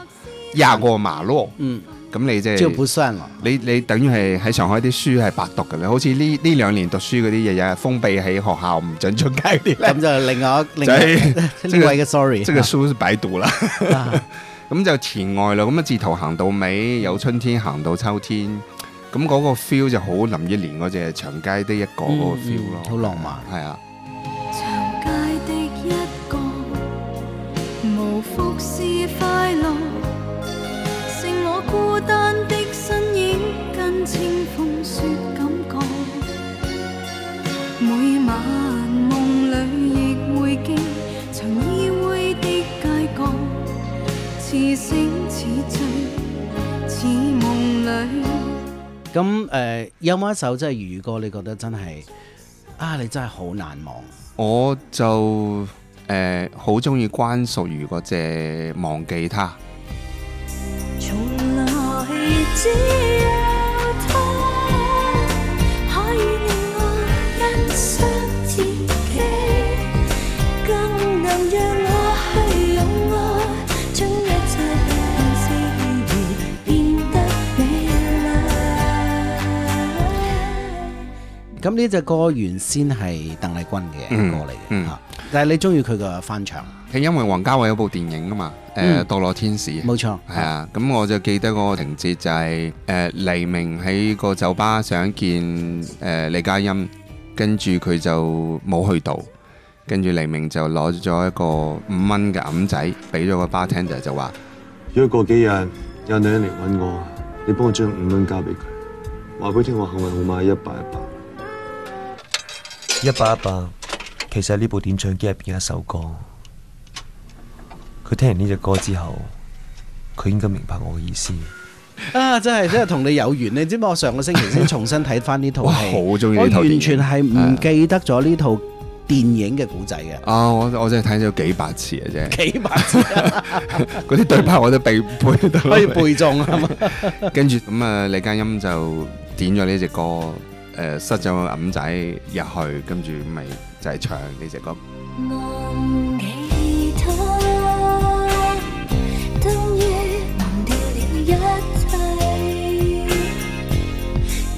廿過馬路，
嗯，
咁你即
就不
係啊
算了。
你你等於係喺上海啲書係白讀嘅啦。好似呢呢兩年讀書嗰啲，日日封閉喺學校唔準出街嗰啲咧
咁，就另外 另
就
外
係
另外一個嗯 sorry，
即係書是擺讀啦。
啊 嗯
咁就田外路咁啊，自頭行到尾，由春天行到秋天，咁嗰個 feel 就好林憶蓮嗰隻長街的一角嗰個 feel 咯
嗯，嗯好浪漫
係啊，
長街的一角，無福是快樂，剩我孤單的身影跟清風說感覺。每晚夢裏亦會經，曾依偎的街角，似醒
咁誒、呃有冇一首真係粵語歌？你覺得真係啊，你真係好難忘。
我就誒好中意關淑如嗰隻《忘記他》。
從來只有他可以令我欣賞自己，更能讓我去擁愛，將一切變自然，變得美麗。
咁呢只歌原先係鄧麗君嘅
嗯
歌嚟嘅嚇，
嗯
但係你中意佢嘅翻唱，
係因為王家衞有部電影啊嘛，誒、
嗯
墮落天使》
冇錯。
係啊，咁我就記得嗰個情節就係、誒、黎明喺個酒吧想見誒、李嘉欣，跟住佢就冇去到，跟住黎明就攞咗一個五蚊嘅銀仔俾咗個 bartender 就話：
如果過幾日有女人嚟揾我，你幫我將五蚊交俾佢，話俾佢聽我幸運號碼係一百一百。
一百一百，其實係呢部點唱機入邊嘅一首歌。佢聽完呢只歌之後，佢應該明白我嘅意思。
啊！真係真係同你有緣，你知唔知我上個星期先重新睇翻呢套啊
哇，
戲，
好中意
我
呢套電影
完全係唔記得咗呢套電影嘅古仔嘅，
啊！我我真係睇咗幾百次嘅啫，
幾百次
嗰啲對白我都背 背到。
可以背誦啊嘛。
跟住咁啊，李嘉欣就點咗呢只歌，誒、塞咗個銀仔入去，跟住咪就係唱呢只歌。
忘記他，等於忘掉了一切，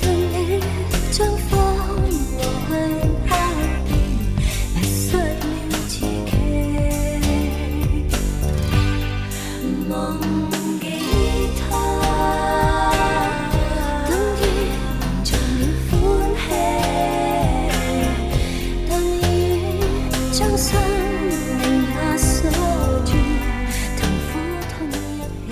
等於將荒謬向黑夜，迷失了自己。忘記他，等於蒙着了歡喜，等於將生命也鎖住，同苦痛一起。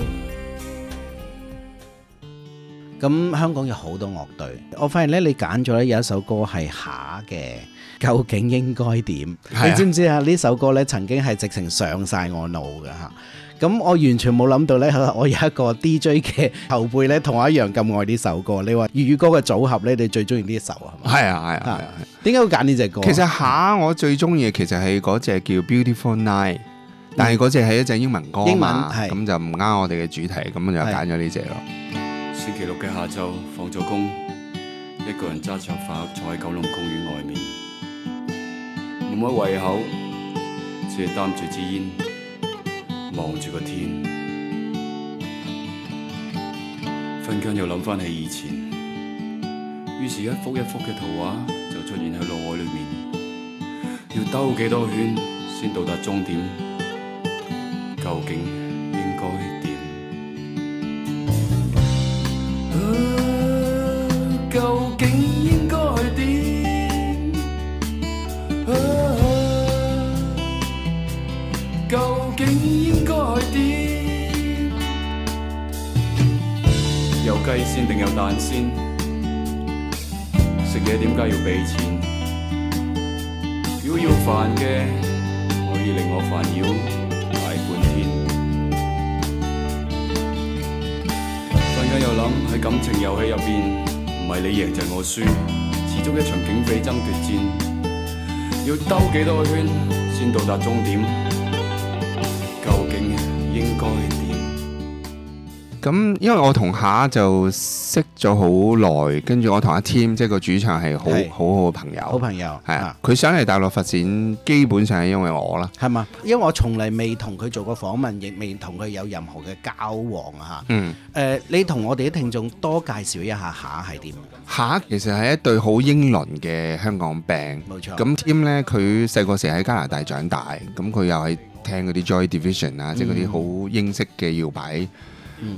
咁香港有好多樂隊，我發現咧你揀咗咧有一首歌係下嘅， 究竟應該點？
係啊
你知唔知啊？呢首歌咧曾經係直情上晒我腦嘅嚇。咁我完全冇諗到咧， 我有一個 DJ 嘅 後輩咧，同我一樣咁愛呢首歌。你話粵語歌嘅組合咧，你最中意呢一首係嘛？
係啊，係啊，係啊。係啊
點解會揀呢只歌？
其實下我最中意嘅其實係嗰只叫 Beautiful Night，但係嗰只係一隻英文歌
嗯英文
嘛，
係
咁就唔啱我哋嘅主題，咁就
係
揀咗呢只咯。
星期六嘅下晝放咗工，一個人揸住飯盒坐喺九龍公園外面，冇乜胃口，只係擔住支煙，望住個天。瞓緊又諗翻起以前，於是，一幅一幅嘅圖畫就出現喺腦海裏面。要兜幾多圈先到達終點？究竟應該點？究竟應該點？啊究竟應該點？有雞先定有蛋先？食嘢點解要俾錢？如果要飯嘅，可以令我煩擾大半天。瞓緊又諗喺感情遊戲入邊，唔係你贏就係我輸，始終一場警匪爭奪戰，要兜幾多個圈先到達終點？究竟應該點？
咁因為我同下就識咗好耐，跟住我同阿 Tim 即係個主唱係好
係
好好嘅朋友，
好朋友
係啊
啊。，
佢想嚟大陸發展，基本上係因為我啦。
係嘛？因為我從嚟未同佢做過訪問，亦未同佢有任何嘅交往啊嚇。誒、
嗯。
你同我哋啲聽眾多介紹一下下係點？
下其實係一對好英倫嘅香港 band，
冇錯
咁 Tim 咧，佢細個時喺加拿大長大，咁佢又係聽嗰啲 Joy Division
嗯
啊，即係嗰啲好英式嘅搖擺，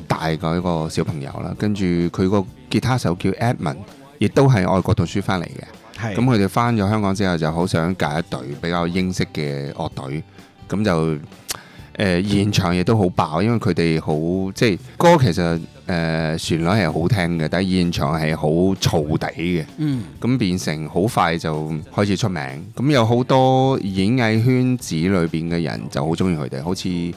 大嘅一個小朋友啦。跟住佢個吉他手叫 Edmond，亦都係外國讀書翻嚟嘅。
係
咁佢哋翻咗香港之後，就好想搞一隊比較英式嘅樂隊，咁就誒、呃、現場亦都好爆，因為佢哋好即係歌其實誒、呃旋律係好聽嘅，但係現場係好燥底嘅，
嗯
咁變成好快就開始出名。咁有好多演藝圈子裏邊嘅人就好中意佢哋，好似誒、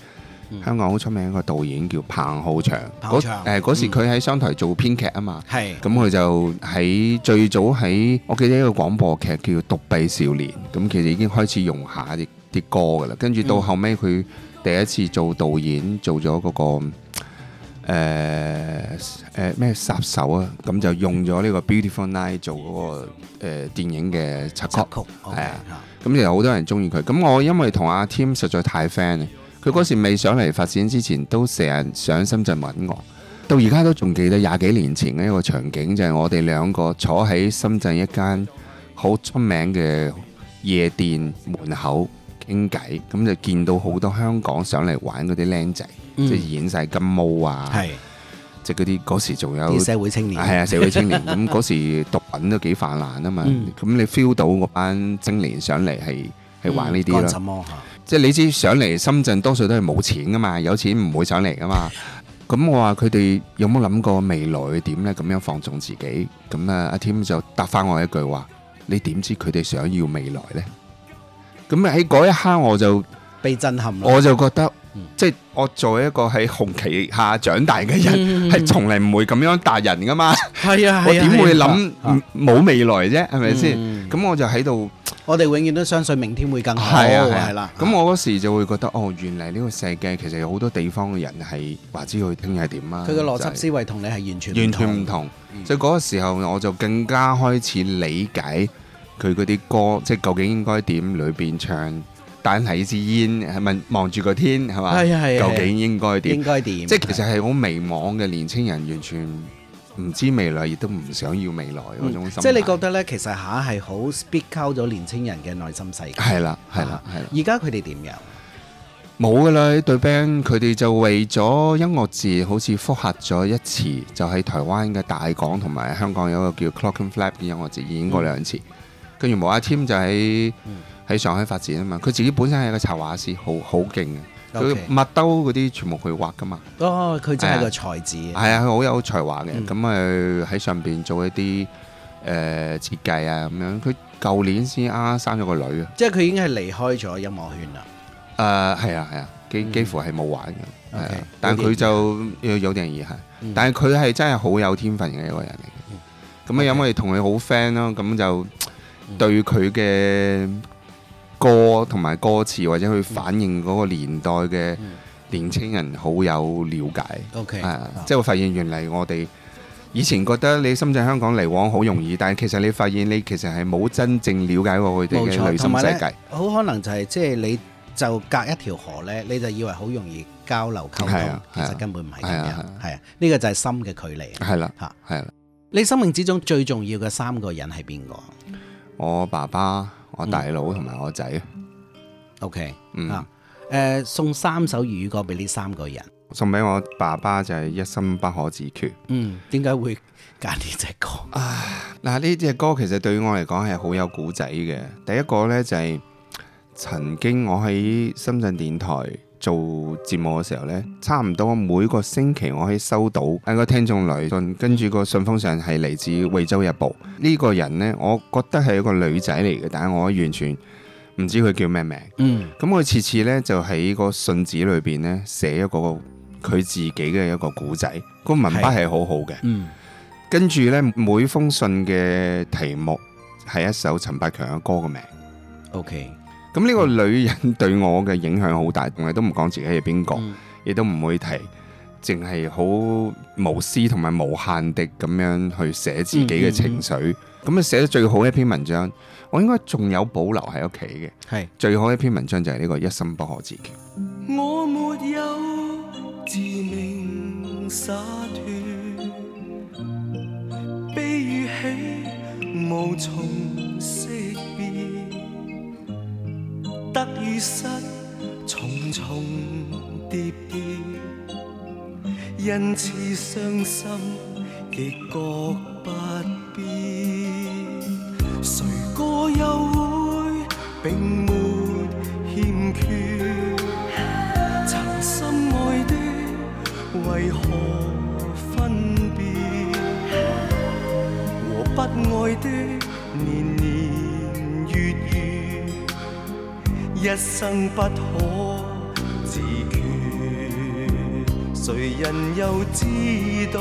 香港好出名一個導演叫彭浩翔，
嗯彭浩翔
嗰呃誒嗰時
嗯
佢喺商台做編劇啊嘛，
係
咁佢就喺最早喺我記得一個廣播劇叫《獨臂少年》，咁其實已經開始用下啲啲歌噶啦，跟住到
嗯
後尾，佢第一次做導演做咗嗰、個。誒誒咩殺手啊，咁就用咗呢個 Beautiful Night 做嗰、個、呃、電影嘅插曲，係
À.
啊，咁其實好多人中意佢。咁我因為同阿 Tim 實在太 friend 啦，佢嗰時未上嚟發展之前，都成日上深圳揾我。到而家都仲記得廿幾年前嘅一個場景，就係、我哋兩個坐喺深圳一間好出名嘅夜店門口傾偈，咁就見到好多香港上嚟玩嗰啲僆仔，
嗯
即係演晒金毛啊，即係嗰啲嗰時仲有
啲社會青年
係啊社 會青年，咁嗰時毒品都幾泛濫啊嘛，
嗯
咁你 feel 到嗰班青年上嚟係係玩呢啲
幹
啦。
什麼嚇？
即係你知上嚟深圳多數都係冇錢噶嘛，有錢唔會上嚟噶嘛。咁我話佢哋有冇諗過未來點呢？咁樣放縱自己，咁啊阿 Tim 就答翻我一句話：你點知佢哋想要未來呢？咁喺嗰一刻我就
被震撼啦
我就覺得，
嗯
即係我作為一個喺紅旗下長大嘅
嗯
人，係從嚟唔會咁樣打人噶嘛。
係啊係啊
我點會
係啊
諗
啊
冇未來啫？係咪
嗯
先？咁我就喺度。
我哋永遠都相信明天會更好，
係啊，
係啦
係啦。。咁我嗰時就會覺得，哦，原嚟呢個世界其實有好多地方嘅人係話知佢聽日係點啊。
佢嘅邏輯
就係
思維同嗯你係完全
完全唔同，所以嗰個時候我就更加開始理解佢嗰啲歌，即係究竟應該點裏邊唱。單睇支煙，係咪望住個天係
係啊
嘛？
係啊係啊
究竟應該點？
應該點
即係其實係好迷茫嘅年青人，完全唔知未來，亦都唔想要未來嗰種
嗯
心態。
即係你覺得呢，其實下係好 speak out 咗年青人嘅內心世界。
係啦，係啦，係啦。
而家佢哋點樣？
冇噶啦，呢隊 band 佢哋就為咗音樂節好似複合咗一次，就喺台灣嘅大港同埋香港有一個叫 Clock and Flap 嘅音樂節演過兩
嗯
次，跟住無阿 Tim 就喺喺上海發展啊嘛，佢自己本身係一個插畫師，好好勁嘅，佢
OK
麥兜嗰啲全部佢畫噶嘛。
哦，佢真係個
係啊
才子。
係啊，佢好有才華嘅，
嗯
咁誒喺上邊做一啲誒、呃、設計啊咁樣。佢舊年先啱啱生咗個女啊，
即係佢已經係離開咗音樂圈啦。
誒係啊係啊，幾幾乎係冇玩嘅，係
嗯
啊
OK，
但係
有
佢
啲
就有有定義係
嗯，
但係佢係真係好有天分嘅一個人嚟嘅。咁啊，因為同佢好 friend 咯，咁就
嗯
對佢嘅歌同埋歌詞或者佢反映嗰個年代嘅年青人好有了解。
嗯 OK，Ờ.
係啊即係我發現原嚟我哋。以前覺得你深圳香港嚟往好容易，但係其實你發現你其實係冇真正了解過佢哋
冇
嘅
錯，同
內心
埋
世界
咧。，好可能就係即係你就隔一條河咧，你就以為好容易交流溝通
係啊，
其
係
實
啊
根本唔係咁
係啊
樣
係啊。
係啊，呢個就係心嘅距離。
係啦，
嚇
係啦。
你生命之中最重要嘅三個人係邊個
我爸爸、我大佬同埋我仔。
？OK，
嗯
啊，誒、送三首粵語歌俾呢三個人。
送俾我爸爸就係一生不可自決。
嗯，點解會揀呢只歌？
啊嗱，呢只歌其實對於我嚟講係好有古仔嘅。第一個呢，就係、曾經我喺深圳電台做節目嘅時候呢，差唔多每個星期我可以收到一個聽眾來信，跟住個信封上係嚟自《惠州日報》呢、個人呢，我覺得係一個女仔嚟嘅，但係我完全唔知佢叫咩名。
嗯，
咁佢次次呢，就喺個信紙裏邊呢，寫一個佢自己嘅一個古仔，個文筆係好好嘅。
嗯，
跟住呢，每封信嘅題目係一首陳百強嘅歌嘅名。
OK，
咁呢個女人對我嘅影響好大，同埋都唔講自己係邊個，亦都唔會提，淨係好無私同埋無限地咁樣去寫自己嘅情緒。咁啊寫得最好嘅一篇文章，我應該仲有保留喺屋企
嘅。係
最好嘅一篇文章就係呢個一生不可自決。
我沒有自命灑脱，悲與喜無從識別，得與失重重疊疊，因此傷心亦覺不必。誰歌又會並沒欠缺？曾深愛的為何分別？和不愛的年年月月，一生不可自決。谁人又知道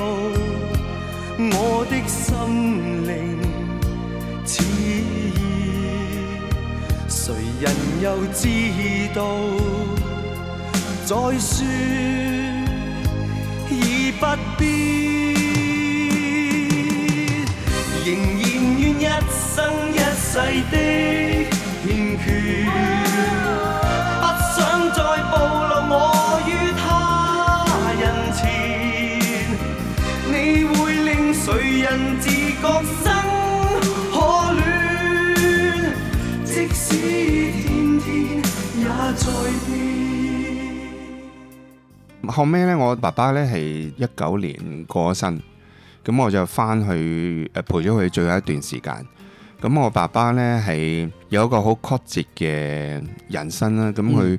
我的心灵似意？谁人又知道再说已不必？仍然愿一生一世的欠缺，不想再暴露我於他人前。你會令誰人自覺生可戀？即使天天也在變。
後尾咧，我爸爸咧係一九年過咗身，咁我就翻去誒陪咗佢最後一段時間。咁我爸爸咧係有一個好曲折嘅人生啦。咁佢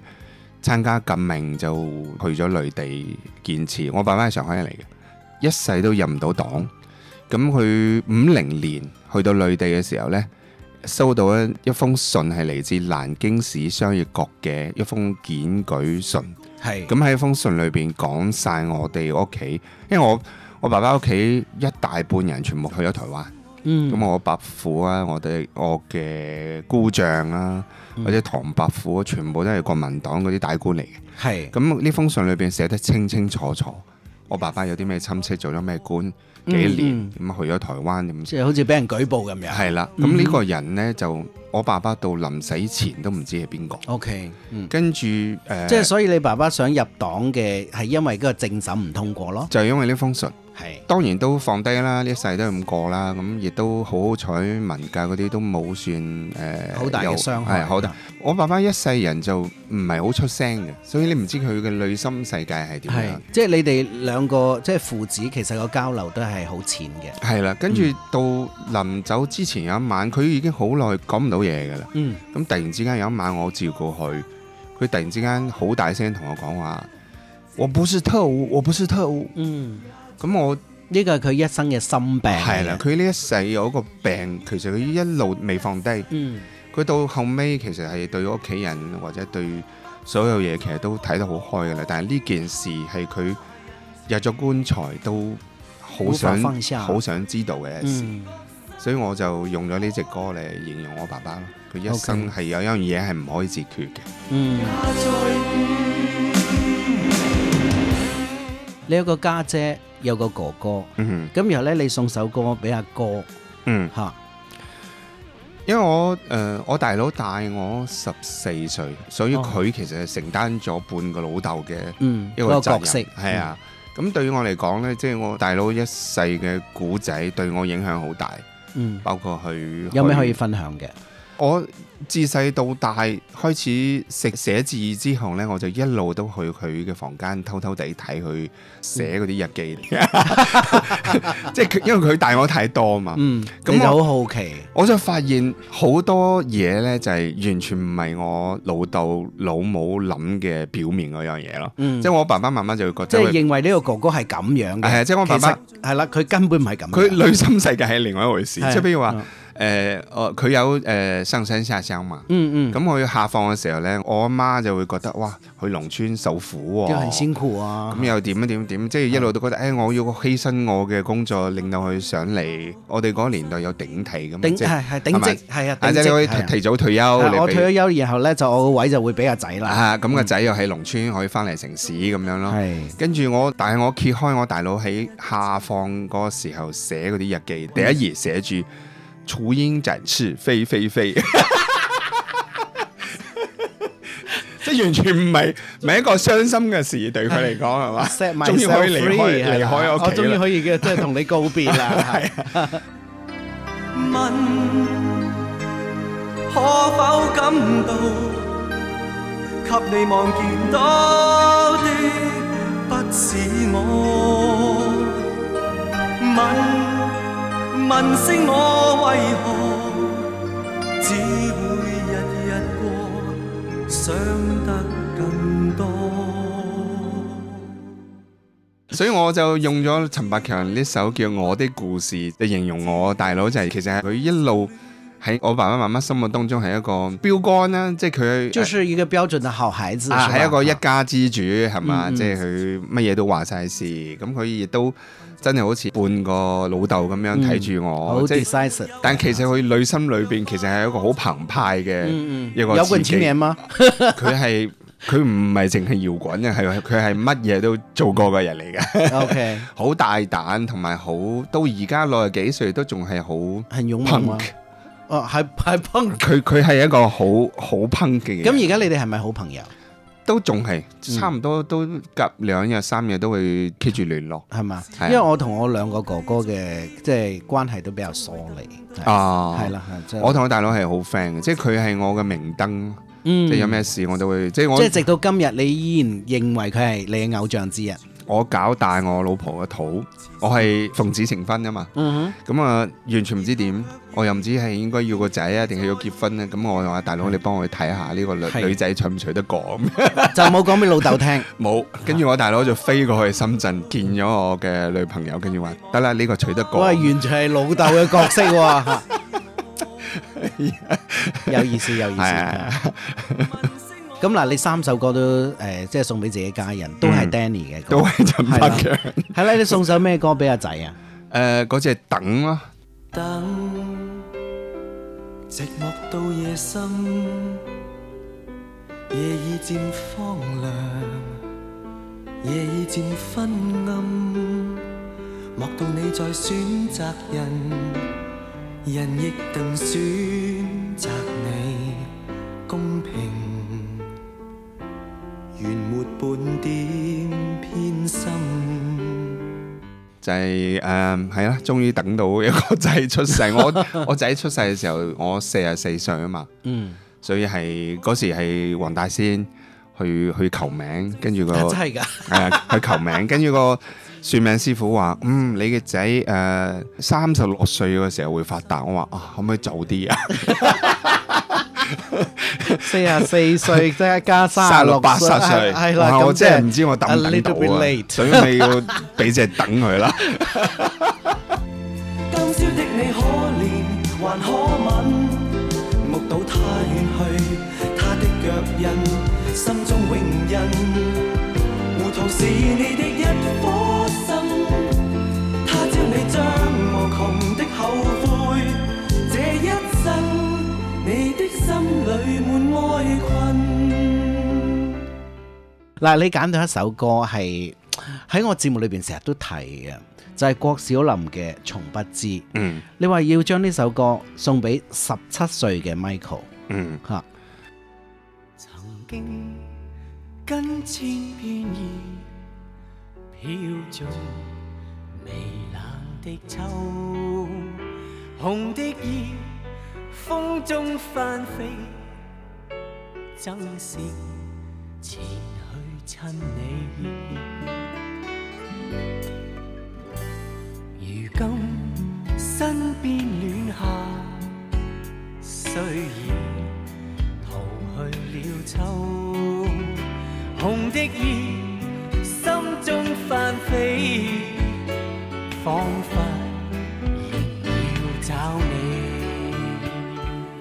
參加革命就去咗內地建設。我爸爸係上海人嚟嘅，一世都入唔到黨。咁佢五零年去到內地嘅時候咧，收到一一封信係嚟自南京市商業局嘅一封檢舉信。
係
咁喺封信裏邊講晒我哋屋企，因為我我爸爸屋企一大半人全部去咗台灣。
嗯
咁我伯父啊，我哋我嘅姑丈啊，
嗯
或者堂伯父啊，全部都係國民黨嗰啲大官嚟嘅。
係
咁呢封信裏邊寫得清清楚楚，我爸爸有啲咩親戚做咗咩官，幾年
嗯
咁去咗台灣咁。
即係好似俾人舉報咁樣。
係啦，咁呢個人呢，就我爸爸到臨死前都唔知係邊個。
O K，
跟住誒，
即係所以你爸爸想入黨嘅係因為嗰個政審唔通過咯。
就係因為呢封信，
係
當然都放低啦，呢一世都係咁過啦，咁亦都好好彩，文革嗰啲都冇算誒
好大嘅傷害
係好大。我爸爸一世人就唔係好出聲嘅，所以你唔知佢嘅內心世界係點
係
樣。，
即係你哋兩個即係父子，其實個交流都係好淺嘅。
係啦，跟住
嗯
到臨走之前有一晚，佢已經好耐講唔到嘢㗎啦。
嗯，
咁突然之間有一晚我照顧佢，佢突然之間好大聲同我講話：我不是特務，我不是特務。
嗯，
咁我
呢個係佢一生嘅心病嚟嘅。
係啦，佢呢一世有一個病，其實佢一路未放低。
嗯，
佢到後尾其實係對屋企人或者對所有嘢其實都睇得好開㗎啦。但係呢件事係佢入咗棺材都好
無法放
想
下
好想知道嘅事。
嗯
所以我就用咗呢隻歌嚟形容我爸爸咯。佢一生
OK
係有一樣嘢係唔可以自決嘅。
嗯，你有個家姐，有個哥哥，
嗯
咁然後咧，你送首歌俾阿哥，
嗯
嚇，
因為我誒、呃我大佬大我十四歲，所以
哦
佢其實係承擔咗半個老豆嘅
嗯
一
嗰
個
個
責
角色嗯
任，係啊。咁對於我嚟講呢，即係我大佬一世嘅古仔對我影響好大，
嗯，
包括佢
有咩可以分享嘅？
我自細到大開始食寫字之後呢，我就一路都去佢嘅房間偷偷地睇佢寫嗰啲日記， 即係佢因為佢大我太多嘛。
嗯，
咁
你就
我
好好奇，
我就發現好多嘢呢，就係、完全唔係我老豆老母諗嘅表面嗰樣嘢咯。
嗯
即係我爸爸媽媽就會覺
即
得
係認為呢個哥哥係咁樣
係
嘅，
啊即係我爸爸
其實係啦，佢根本唔係咁樣，
佢內心世界係另外一回事，
係啊嗯
即係譬如話誒，哦佢有誒上山下鄉嘛，
嗯嗯
咁我要下放嘅時候咧，我阿媽就會覺得哇，去農村受苦
又很
喎，
辛苦啊，嗯
咁又點點點，即係一路都覺得誒，我要犧牲我嘅工作，令到佢上嚟。我哋嗰個年代有頂替咁，
頂
即係
係係頂職
咪
係啊
啊
頂
即係你可以
職係啊
提早退休，
啊我
你俾
退咗休，然後咧就我個位就會俾阿仔啦，
啊，咁個仔又喺農村可以翻嚟城市咁樣咯。跟住我，但係我揭開我大佬喺下放嗰個時候寫嗰啲日
嗯
記，第一頁寫住雏鷹展翅飛 飛飛，即係完全唔係唔係一個傷心嘅事對佢嚟講係嘛？
set
終於可以
myself
離開
free，係
離
啦
開屋
我
企
終於
啦啊
可以嘅，即係同你告別 啦，
問可否感到給你望見到的不是我？問問聲我為何只會日日過，想得更多。
所以我就用咗陳百強呢首叫《我的故事》嚟形容我大佬，就係、其實係佢一路喺我爸爸媽媽心目當中係一個標杆啦，即係佢
就是一個標準的好孩子，
啊，
是吧
係一個一家之主係嘛，
嗯嗯
即係佢乜嘢都話晒事，咁佢亦都真係好似半個老豆咁樣
嗯
睇住我，
好
即係
decisive
但其實佢內心裏邊其實係一個好澎湃嘅
嗯嗯
一個
搖
自
滾
己
青年嗎？
佢係佢唔係淨係搖滾嘅，係佢係乜嘢都做過嘅人嚟嘅。
OK
好大膽同埋好到而家六十幾歲都仲係好
很勇猛啊
punk。
哦，係係 punk。
佢佢係一個好好 punk 嘅人。
咁而家你哋係咪好朋友？
都仲係差唔多都隔兩日三日都會 keep 住聯絡，
係嘛？
係啊
因為我同我兩個哥哥嘅即係關係都比較疏離。係
啊，
係啦，係即係
我同我大佬係好 friend 嘅，即係佢係我嘅明燈，
嗯
即係有咩事我都會，即係我
即係直到今日，你依然認為佢係你嘅偶像之一。
我搞大我老婆嘅肚，我係奉子成婚啊嘛，
嗯
咁啊完全唔知點，我又唔知係應該要個仔啊，定係要結婚咧，咁我話大佬你幫我去睇下呢個
係
女女仔娶唔娶得過咁。
哼，就冇講俾老豆聽。
冇，跟住我大佬就飛過去深圳見咗我嘅女朋友，跟住話得啦，呢、個娶得過。
我係完全係老豆嘅角色 喎。有意思，有意思。
係啊
咁嗱，你三首歌都誒，即係送俾自己家人，都係
嗯
Danny 嘅歌，
都係陳百強
係啦。啊係啦，你送首咩歌俾阿仔 啊？
誒，嗰只等咯。
等，寂寞到夜深，夜已漸荒涼，夜已漸昏暗。莫道你在選擇人，人亦từng選擇你，公平原沒半點偏心。
就係誒係啦，終於等到一個仔出世。 我我仔出世嘅時候，我四十四歲啊嘛，
嗯，
所以係嗰時係黃大仙去去求名，跟住個
真係㗎
係啊去求 名，跟住個算命師傅話：嗯，你嘅仔誒三十六歲嘅時候會發達。我話啊，可唔可以早啲啊？
四十四歲即係加三
三
十
六
六
八十歲，
係係啦，
哇
咁
我
即
真係
係
唔知我等
a
唔等
little
到
bit
啊
late，
所以咪要俾隻等佢啦。
今宵的你可憐還可吻，目睹他遠去，他的腳印，心中永印。糊塗是你的一顆心，他朝你將無窮的後悔。這一生，你的心裏滿哀困。
嗱，你揀到一首歌係喺我節目裏邊成日都提嘅，就係、郭小林嘅《從不知》。
嗯，
你話要將呢首歌送俾十七歲嘅 Michael。
嗯，
嚇，
經跟千變而
飄進微冷的秋，紅的葉風中翻飛，珍惜前去親你。如今身邊戀下，雖然逃去了秋，紅的葉。心中翻飛，彷彿仍要找你。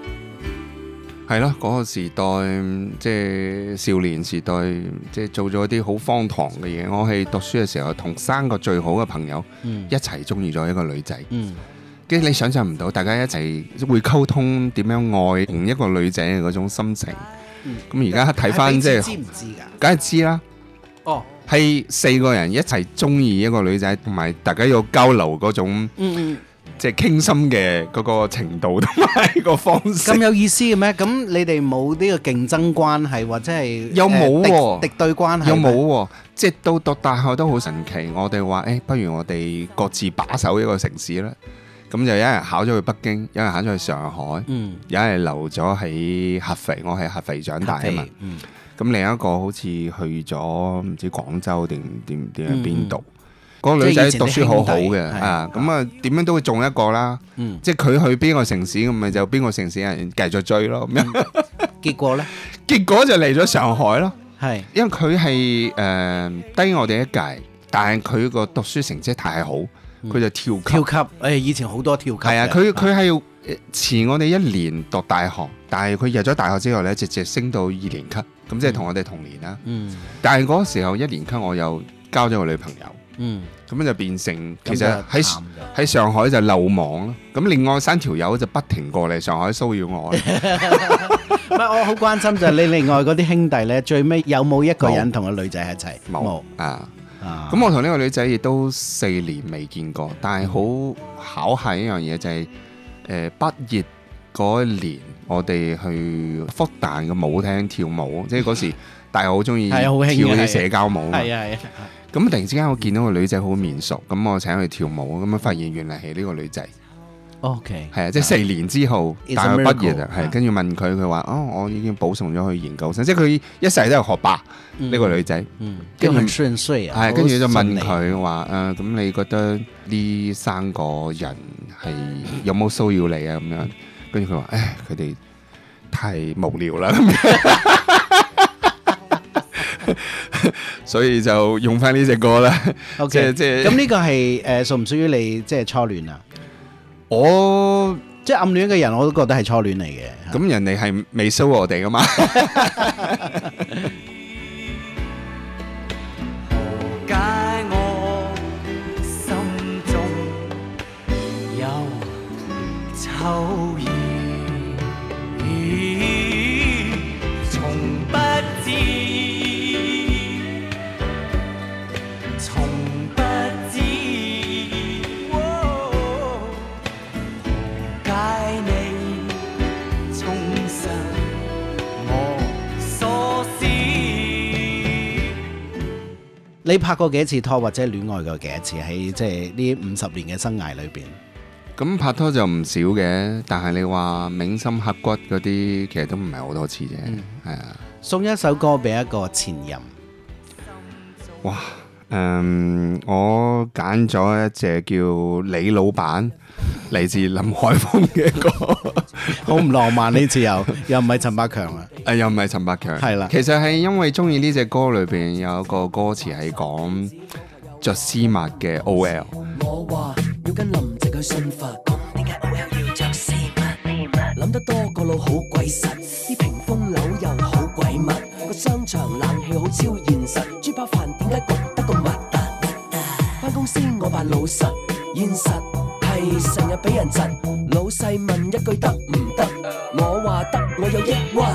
係咯，嗰、個時代嗯即係少年時代，即係做咗啲好荒唐嘅嘢。我係讀書嘅時候，同三個最好嘅朋友、
嗯
一齊中意咗一個女仔，
嗯，
跟住你想象唔到，大家一齊會溝通點樣愛同一個女仔嘅嗰種心情。咁而家睇翻即
知
嗯係
唔，知㗎？
梗係知啦。
哦，
係四個人一齊中意一個女仔，同埋大家要交流嗰種
嗯嗯。
即係傾心嘅嗰個程度同埋個方式。
咁有意思嘅咩？咁你哋冇呢個競爭關係，或者係
又冇
誒
喎
敵敵對關 係？
有冇喎？即係到讀大學都好神奇。我哋話誒，不如我哋各自把守一個城市啦。咁就有人考咗去北京，有人考咗去上海，
嗯
有人留咗喺合肥。我係合肥長大啊
合
嘛
肥。嗯
咁另一個好似去咗唔知廣州定點點
嗯
喺邊度。嗰個女
即係以
仔
前
讀
啲
書好
兄
好
弟
嘅
係
啊，咁啊點樣都會中一個啦。
嗯
即係佢去邊個城市，咁咪就邊個城市人繼續追咯。咁樣
結果呢？
結果就嚟咗上海咯。
係
因為佢係誒低我哋一屆，但係佢
嗯
個讀書成績太好，佢就跳級。
跳級誒，以前好多跳級嘅。
係啊，佢佢係遲我哋一年讀大學，但係佢入咗大學之後呢，直接升到二年級，咁即係同我哋同年啦。
嗯
但係嗰時候一年級我又交咗個女朋友，
嗯，
咁就變成
咁
其
就
實喺
淡
喺上海就漏網咯。咁另外三條友就不停過嚟上海騷 擾我啦。
唔係我好關心就係你另外嗰啲兄弟咧，最尾有冇一個人同個女仔喺一齊？冇
啊。
啊
咁我同呢個女仔亦都四年未見過，但係好巧係一樣嘢就係、誒、畢業嗰一年，我哋去復旦嘅舞廳跳舞，即係嗰時大家好中意跳
係啊好興嘅
啲社交舞嘛
係啊係啊，
咁突然之間我見到個女仔好面熟，咁我請佢跳舞，咁樣啊發現原來係呢個女仔。
哦 OK，
係啊，即係四年之後
It's a
大學畢業啊，
miracle
係跟住問佢，佢話：哦，我已經保送咗去研究生，即係佢一世都係學霸
嗯
呢個女仔。
嗯
跟住
都很順遂啊
係跟住就
好順
問
利
佢話：誒，咁你覺得呢三個人係有冇騷擾你啊？咁樣，跟住佢話：唉，佢哋太無聊啦。咁樣所以就用翻呢只歌啦。即
OK，
係即係
咁呢個係誒屬唔屬於你即係初戀啊？
我
即係暗戀嘅人，我都覺得係初戀嚟嘅。
哦咁人哋係未騷我哋噶嘛？
解我心中有秋意，從不知，從不知，哦解你衷心我所思。
你拍過幾多次拖，或者戀愛過幾多次？喺即係呢五十年嘅生涯裏邊，
咁拍拖就唔少嘅，但係你話銘心刻骨嗰啲，其實都唔係好多次啫，係、啊，
送一首歌俾一個前任，
哇，嗯，我揀咗一隻叫李老 闆，嚟自林海峰嘅歌，
好唔浪漫呢次 又又唔係陳百強啊，
誒又唔係陳百強，
係啦
其實係因為中意呢只歌裏邊有一個歌詞係講着絲襪嘅 OL，
我話要跟林夕去信佛，咁點解 O L 要着絲襪？諗得多個腦好鬼實，啲屏風樓又好鬼密，個商場冷氣好超現實，豬扒飯點解焗得咁核突？翻公司我扮老實，現實係成日俾人窒，老細問一句得唔得？我話得，我有抑鬱。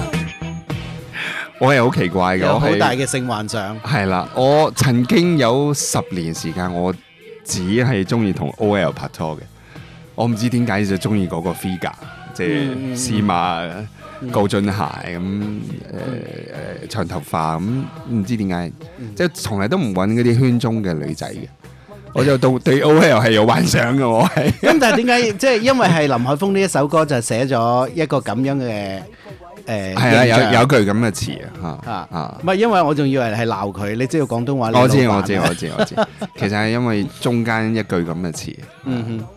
我係好奇怪嘅，
有
我
好
係
大嘅性幻想。
係啦，我曾經有十年時間，我只係中意同 OL 拍拖嘅。我唔知點解就中意嗰個 figure，即
嗯
係司馬
嗯
高進鞋咁，誒誒長頭髮咁，唔知點解，
嗯
即係從嚟都唔揾嗰啲圈中嘅女仔嘅。我就 對對 OL 係有幻想嘅，我係。
咁但係點 解即係因為係林海峰呢一首歌就寫咗一個咁樣嘅誒，
係啊 啦，有
形象
有句咁嘅詞啊，嚇
啊
啊
唔係因為我仲以為係鬧佢，你知道廣東話你
我知
老闆啊
我知我知我知，其實係因為中間一句咁嘅詞。
嗯哼。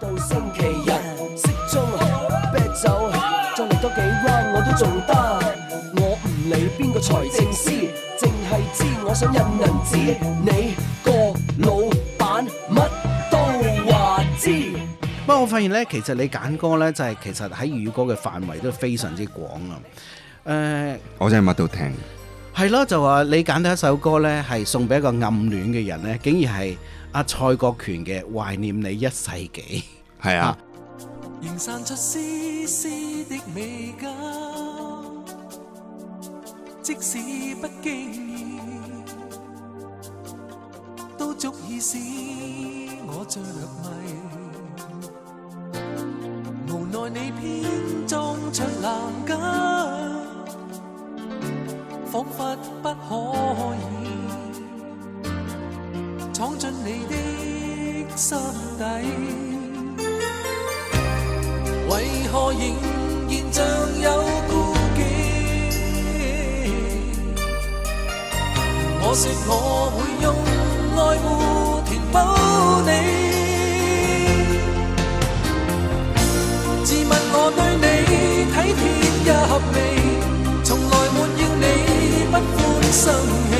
到星期日，適中啤酒，再嚟多幾 round 我都仲得。我唔理邊個財政司，淨係知我想印銀紙。你個老闆乜都話知。
不過我發現咧，其實你揀歌咧，就係、其實喺粵語歌嘅範圍都非常之廣啊。誒、
我真係乜都聽。
係咯，就話你揀到一首歌咧，係送俾一個暗戀嘅人咧，竟然係阿蔡國權嘅《懷念你一世紀》。
係啊，
仍散出絲絲的美感，即使不經意，都足以使我着迷。無奈你偏裝出冷感，彷彿不可以闖進你的心底。為何仍然像有顧忌？我說我會用愛護填補你，自問我對你體貼也合理，從來沒要你不歡生氣，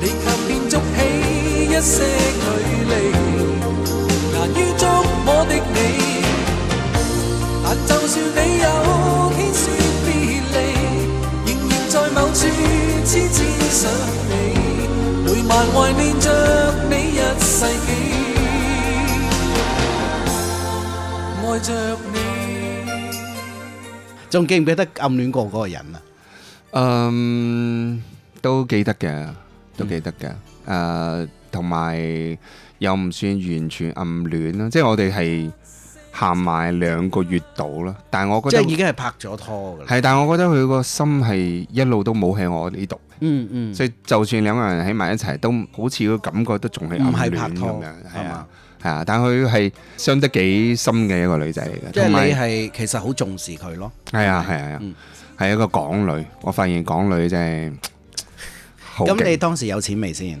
你卻便築起一些距離，難於捉摸的你。啊就算你有牽涉別離，仍然在某處痴痴想你，每晚懷念着你一世紀，愛着你。
仲記唔記得暗戀過嗰個人啊？
嗯，都記得嘅，都
嗯
記得嘅。誒、啊同埋又唔算完全暗戀啦，即係我哋係行埋兩個月度啦。但係
即
我覺
係
得
已經係拍咗拖㗎啦。
係，但係我覺得佢個心係一路都冇喺我呢度。
嗯嗯，
所以就算兩個人喺埋一齊，都好似個感覺都仲係暗
唔係拍
戀咁
拖
樣，係啊，係啊。但佢係傷得幾深嘅一個女仔嚟嘅，
即係
嗯同埋
你係其實好重視佢咯。
係啊係啊
嗯
係啊，係一個港女。我發現港女真係好
咁
勁
你當時有錢未先？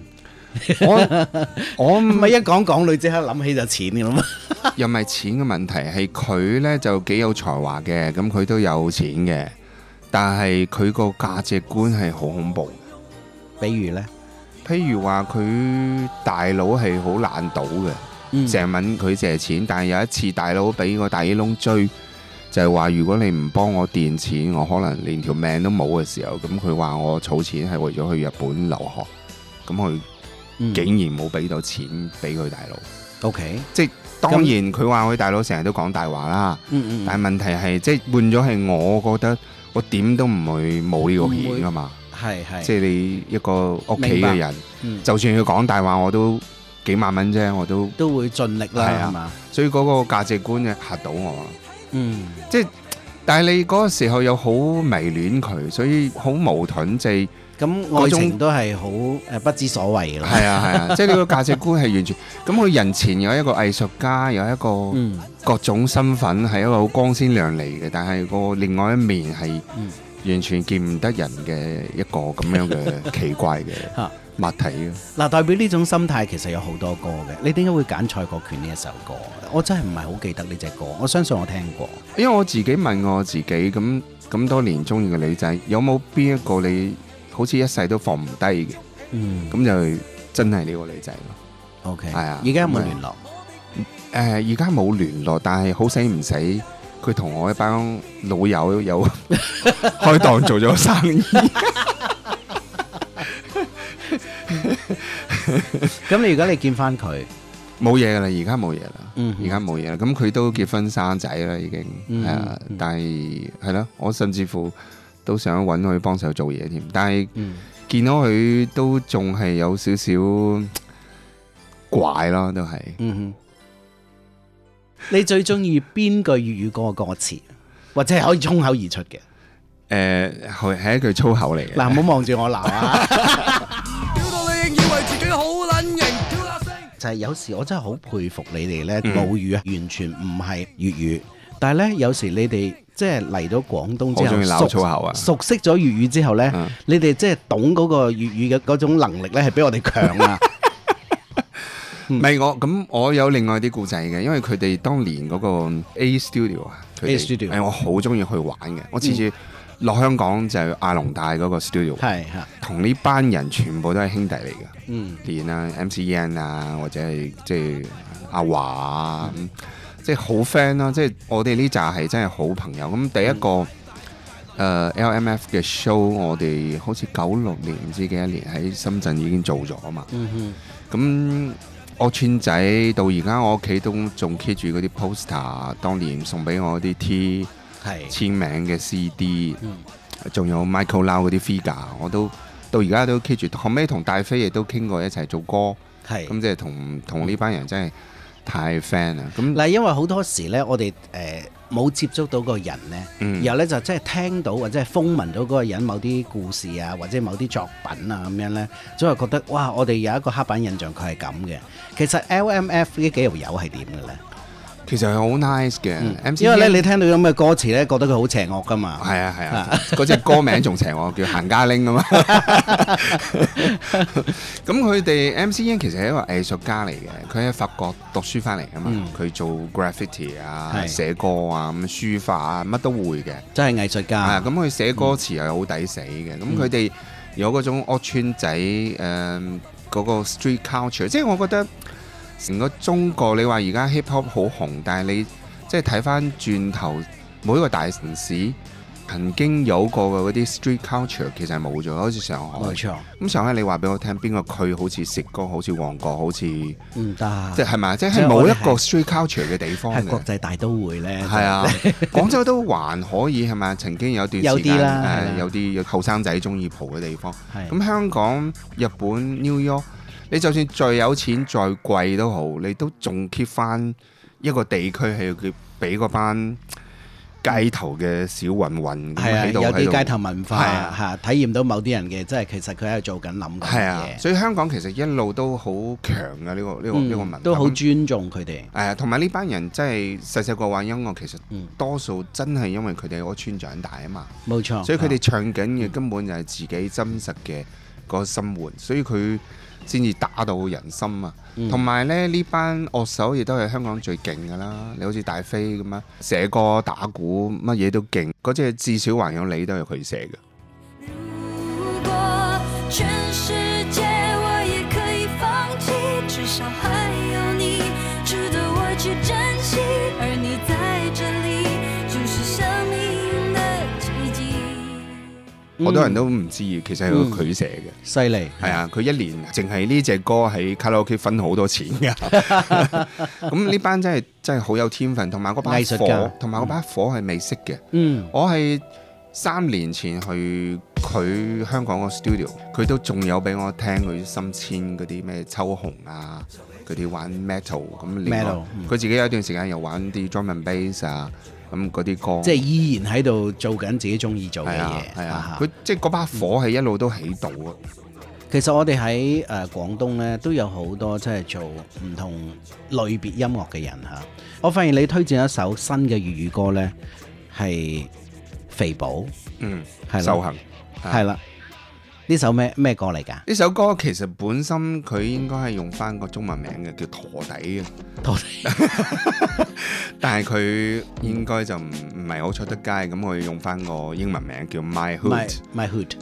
我我唔
係一講港女，即刻諗起就錢㗎啦 嘛。
又唔係錢嘅問題，係佢呢就幾有才華嘅，咁佢都有錢嘅，但係佢個價值觀係好恐怖。
比如呢，
譬如話佢大佬係好爛賭嘅，成日問佢借錢，但係有一次大佬俾個大耳窿追，就係話如果你唔幫我墊錢，我可能連條命都冇嘅時候，咁佢話我儲錢係為咗去日本留學，咁佢竟然冇俾到錢俾佢大佬。
嗯 OK，
即係當然佢話佢大佬成日都講大話啦，
嗯嗯
但係問題係即係換咗係我覺得我點都唔會冇呢個險噶嘛，
係嗯係
即係你一個屋企
明白
嘅人，
嗯
就算佢講大話，我都幾萬蚊啫，我都
都會盡力
係
啦，係
啊
嘛？，
所以嗰個價值觀嘅嚇到我啦。
嗯，
即係但係你嗰個時候又好迷戀佢，所以好矛盾，即係
咁愛
嗰種
情都係好誒不知所謂㗎啦。
係啊係啊，即係呢個價值觀係完全咁。佢人前有一個藝術家，有一個
嗯
各種身份，係一個好光鮮亮麗嘅，但係個另外一面係
嗯
完全見唔得人嘅一個咁 樣嘅奇怪嘅
嚇
物體嘅。
嗱，代表呢種心態其實有好多歌嘅，你點解會揀蔡國權呢一首歌？我真係唔係好記得呢只歌，我相信我聽過。
因為我自己問我自己，咁咁多年中意嘅女仔，有冇邊一個你好似一世都放唔低嘅？
嗯
咁就真係呢個女仔咯。
OK，
係啊。
而家有
咁
冇
啊
聯絡？
誒而家冇聯絡，但係好死唔死，佢同我一班老友有 開檔做咗生意。
咁你而家你見翻佢，
冇嘢噶啦，而家冇嘢啦，
嗯
而家冇嘢啦。咁佢都結婚生仔啦，已經
嗯
係啊。但係係咯，我甚至乎都想揾佢幫手做嘢添。但係
嗯
見到佢都仲係有少少怪咯，都係。
嗯哼，你最中意邊句粵語歌嘅歌詞，或者係可以衝口而出嘅？
誒係係一句粗口嚟嘅。
嗱，唔好望住我鬧啊！就係有時我真係好佩服你哋呢，
嗯
母語啊，完全唔係粵語，但係呢，有時你哋即係嚟到廣東之
好
後，
鍾意鬧
熟
粗口啊嗯
熟悉咗粵語之後呢，你哋即係懂嗰個粵語嘅嗰種能力呢，係比我哋強 啊！嗯
唔係我咁，我有另外啲故仔嘅，因為佢哋當年嗰個 A Studio 啊佢哋
A Studio 嗯
係我好中意去玩嘅。我次次落香港就係亞龍大嗰個 studio，
係嚇，
同呢班人全部都係兄弟嚟嘅。
嗯
連啊 MC Yan 啊，或者係即係阿華啊，咁即係好 friend 啦。即係我哋呢扎係真係好朋友。咁第一個
嗯
誒、呃 LMF 嘅 show，我哋好似九六年唔知幾多年喺深圳已經做咗啊嘛。
嗯
咁我串仔到而家，我屋企都仲 keep 住嗰啲 poster，當年送俾我啲 T
係
簽名嘅 CD，
嗯
仲、有 Michael Lau 嗰啲 figure，我都到而家都 keep 住。後尾同大飛亦都傾過一齊做歌，
係
咁即係同同呢班人真係太 friend 啊啦。咁
嗱，因為好多時呢，我哋誒冇接觸到個人呢，
嗯
然後呢，就即係聽到或者係風聞到嗰個人某啲故事啊，或者某啲作品啊咁樣呢，總係覺得哇，我哋有一個刻板印象佢係咁嘅。其實 LMF 呢幾條友係點嘅呢？
其實係好 nice 嘅、MC
嗯因為咧，
Yan
你聽到咁嘅歌詞咧，覺得佢好邪惡噶嘛。
係啊係啊，嗰只歌名仲邪 我叫行家拎啊嘛。咁佢哋 MC Yan 其實係一個藝術家嚟嘅，佢喺法國讀書翻嚟噶嘛
嗯，
佢做 graffiti 啊、
係
寫歌啊、咁書法啊，乜都會嘅。
真係藝術家。
啊，咁佢寫歌詞係好抵死
嗯
嘅。咁佢哋有嗰種屋村仔誒嗰、個 street culture，即係我覺得成個中國，你話而家 hip hop 好紅，但係你即係睇翻轉頭每一個大城市曾經有過嘅嗰啲 street culture 其實係冇咗，好似上海。
冇錯。
咁上海你話俾我聽，邊個區好似浙江、好似旺角、好似
唔嗯得
即係咪？即
啊即
係
係
冇
我哋
一個
係
street culture 嘅地方
係
嘅
國際大都會咧，
係啊， 廣州都還可以係咪？曾經有一段
有
時
啲
間
啦
誒
係啦
有啲有後生仔中意蒲嘅地方。
係
咁香港、日本、New York，你就算最有錢、再貴都好，你都仲 keep 翻一個地區係要佢俾嗰班街頭嘅小混混咁
係啊，
喺度
有
喺
啲
度
街頭文化
係啊
嚇，體驗到某啲人嘅，即係其實佢喺度做緊諗緊
係
嘅
啊
嘢，，
所以香港其實一路都好強嘅呢個呢個呢個文化，
嗯都好尊重佢哋。
誒，同埋呢班人真係細細個玩音樂，其實
嗯
多數真係因為佢哋喺嗰村長大啊嘛，
冇錯
所以佢哋唱緊嘅根本就係自己真實嘅個生活，所以佢先至打到人心啊。
嗯
同埋咧，呢班樂手亦都係香港最勁噶啦，你好似大飛咁啊，寫歌打鼓乜嘢都勁，嗰隻至少還有你都係佢寫嘅。
如果全世界我也可以放弃，至少还有你值得我去珍惜，而你在这里就是生命的奇迹。
好多人都唔知，其實係佢寫嘅，
犀利
係啊！佢一年淨係呢隻歌喺卡拉 OK 分好多錢 㗎。咁呢班真係真係好有天分，同埋嗰把
藝術家
火，同埋嗰把火係未熄嘅。
嗯，
我係三年前去佢香港個 studio，佢都仲有俾我聽佢深簽嗰啲咩秋紅啊，嗰啲玩 metal 咁另外
Metal，嗯
佢自己有一段時間又玩啲 drum and bass 啊，咁嗰啲歌。
即係依然喺度做緊自己中意做嘅
係啊
嘢。
係啊
哈，
佢即係嗰把火係一路都喺度啊。
其實我哋喺誒廣東咧都有好多即係做唔同類別音樂嘅人嚇。我發現你推薦一首新嘅粵語歌咧，係肥寶，
嗯，
係啦
受行
係啦。呢首咩咩歌嚟㗎？
呢首歌其實本身佢應該係用翻個中文名嘅，叫陀底嘅。
陀
底，但係佢應該就唔唔係好出得街，咁佢用翻個英文名叫 My Hood。
My Hood。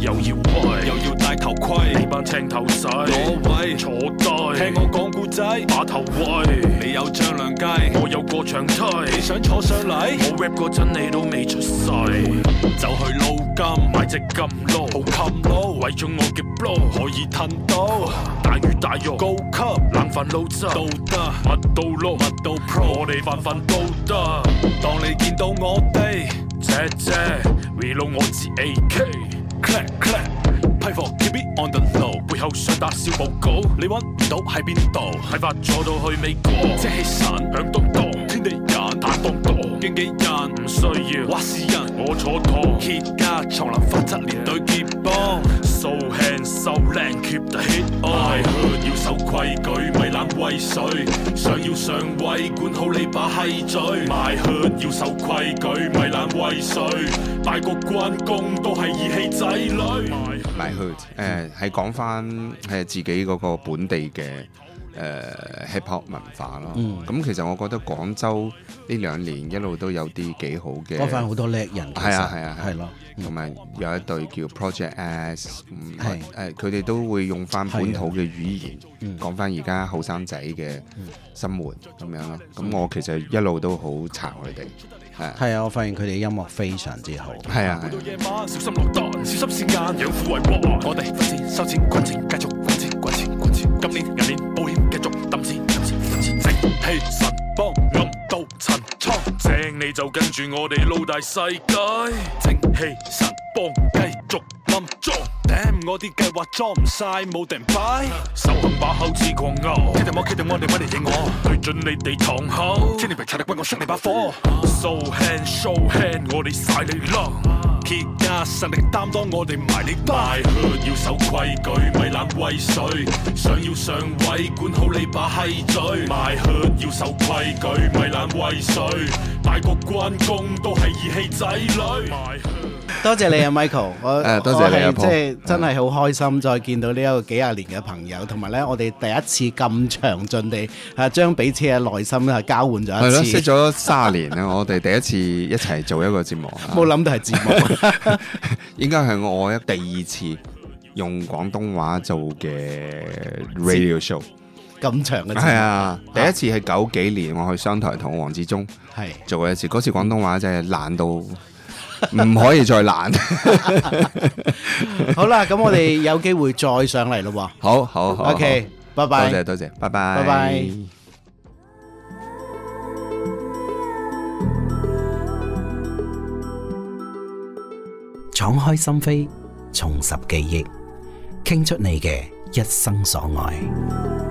又要威，又要戴頭盔，呢班青頭仔攞位坐低，聽我講故仔，把頭位，你有張良雞，我有過長梯，你想坐上嚟？我 rap 嗰陣你都未出世，走去撈金買只金撈，好襟撈，為咗我嘅 blow 可以褪到大魚大肉，高級冷飯撈汁都得，乜都撈乜都 pro，我哋飯飯都得，當你見到我哋，姐姐 reload 我支 AK。clap clap，批貨 keep it on the low，背後想打小報告，你揾唔到喺邊度？喺發坐到去美國，遮起神響東東，天地人打東東，經紀人唔需要，話事人我坐堂，揭家叢林分七連隊結幫，so hand so 靚 keep the hit on，要守規矩咪冷威水，想要上位管好你把閪嘴，my hood 要守規矩咪冷威水，拜個關公都係義氣仔女。
My Hood，誒係講翻誒自己嗰個本地嘅誒、呃 hip hop 文化咯。咁、
嗯
其實我覺得廣州呢兩年一路都有啲幾好嘅，
多翻好多叻人其實
係啊係啊
係咯，
同埋有一隊叫 Project S，嗯
係
誒佢哋都會用翻本土嘅語言
嗯
講翻而家後生仔嘅生活咁樣咯。咁我其實一路都好撐佢哋，係啊
係啊，我發現佢哋音樂非常之好。
係啊係啊
到夜晚，小心落單，小心線眼，養虎為王。我哋分錢、收錢、滾錢，繼續滾錢、滾錢、滾錢。今年、銀年、保險繼續抌錢、抌錢、抌錢，整氣神幫暗度陳倉。正你就跟住我哋撈大世界，整氣神幫繼續冧莊。Damn，我啲計劃裝唔晒，冇定擺。手控把口似狂牛，企定我，企定我，你咪嚟應我，對準你哋堂口。千里平擦力軍，我熄你把火。So hand show hand，我哋晒你啦。揭家實力擔當，我哋埋你班。要守規矩，咪懶威水。想要上位，管好你把閪嘴。My hood 要守規矩，咪懶威水。大個關公都係義氣仔女。My hood
多謝你 啊，Michael。我
誒多謝你啊
我係即
Paul
係真係好開心，再見到呢一個幾廿年嘅朋友，同埋咧，我哋第一次咁詳盡地啊，將彼此嘅內心啊交換
係
咗
咯，
一次
識。咗三年啦，我哋第一次一齊做一個節目，啊
冇諗到係節目，
應該係我一第二次用廣東話做嘅 radio show，
咁長嘅節目
係啊，第一次係九幾年，我去商台同黃志忠
係
做過一次，嗰次廣東話真係爛到唔可以再 爛。
好啦，咁我哋有機會再上嚟咯喎。
好好好
OK，拜
好
拜。
多謝多謝，拜拜，
拜拜。
敞开心扉，重拾记忆，倾出你嘅一生所爱。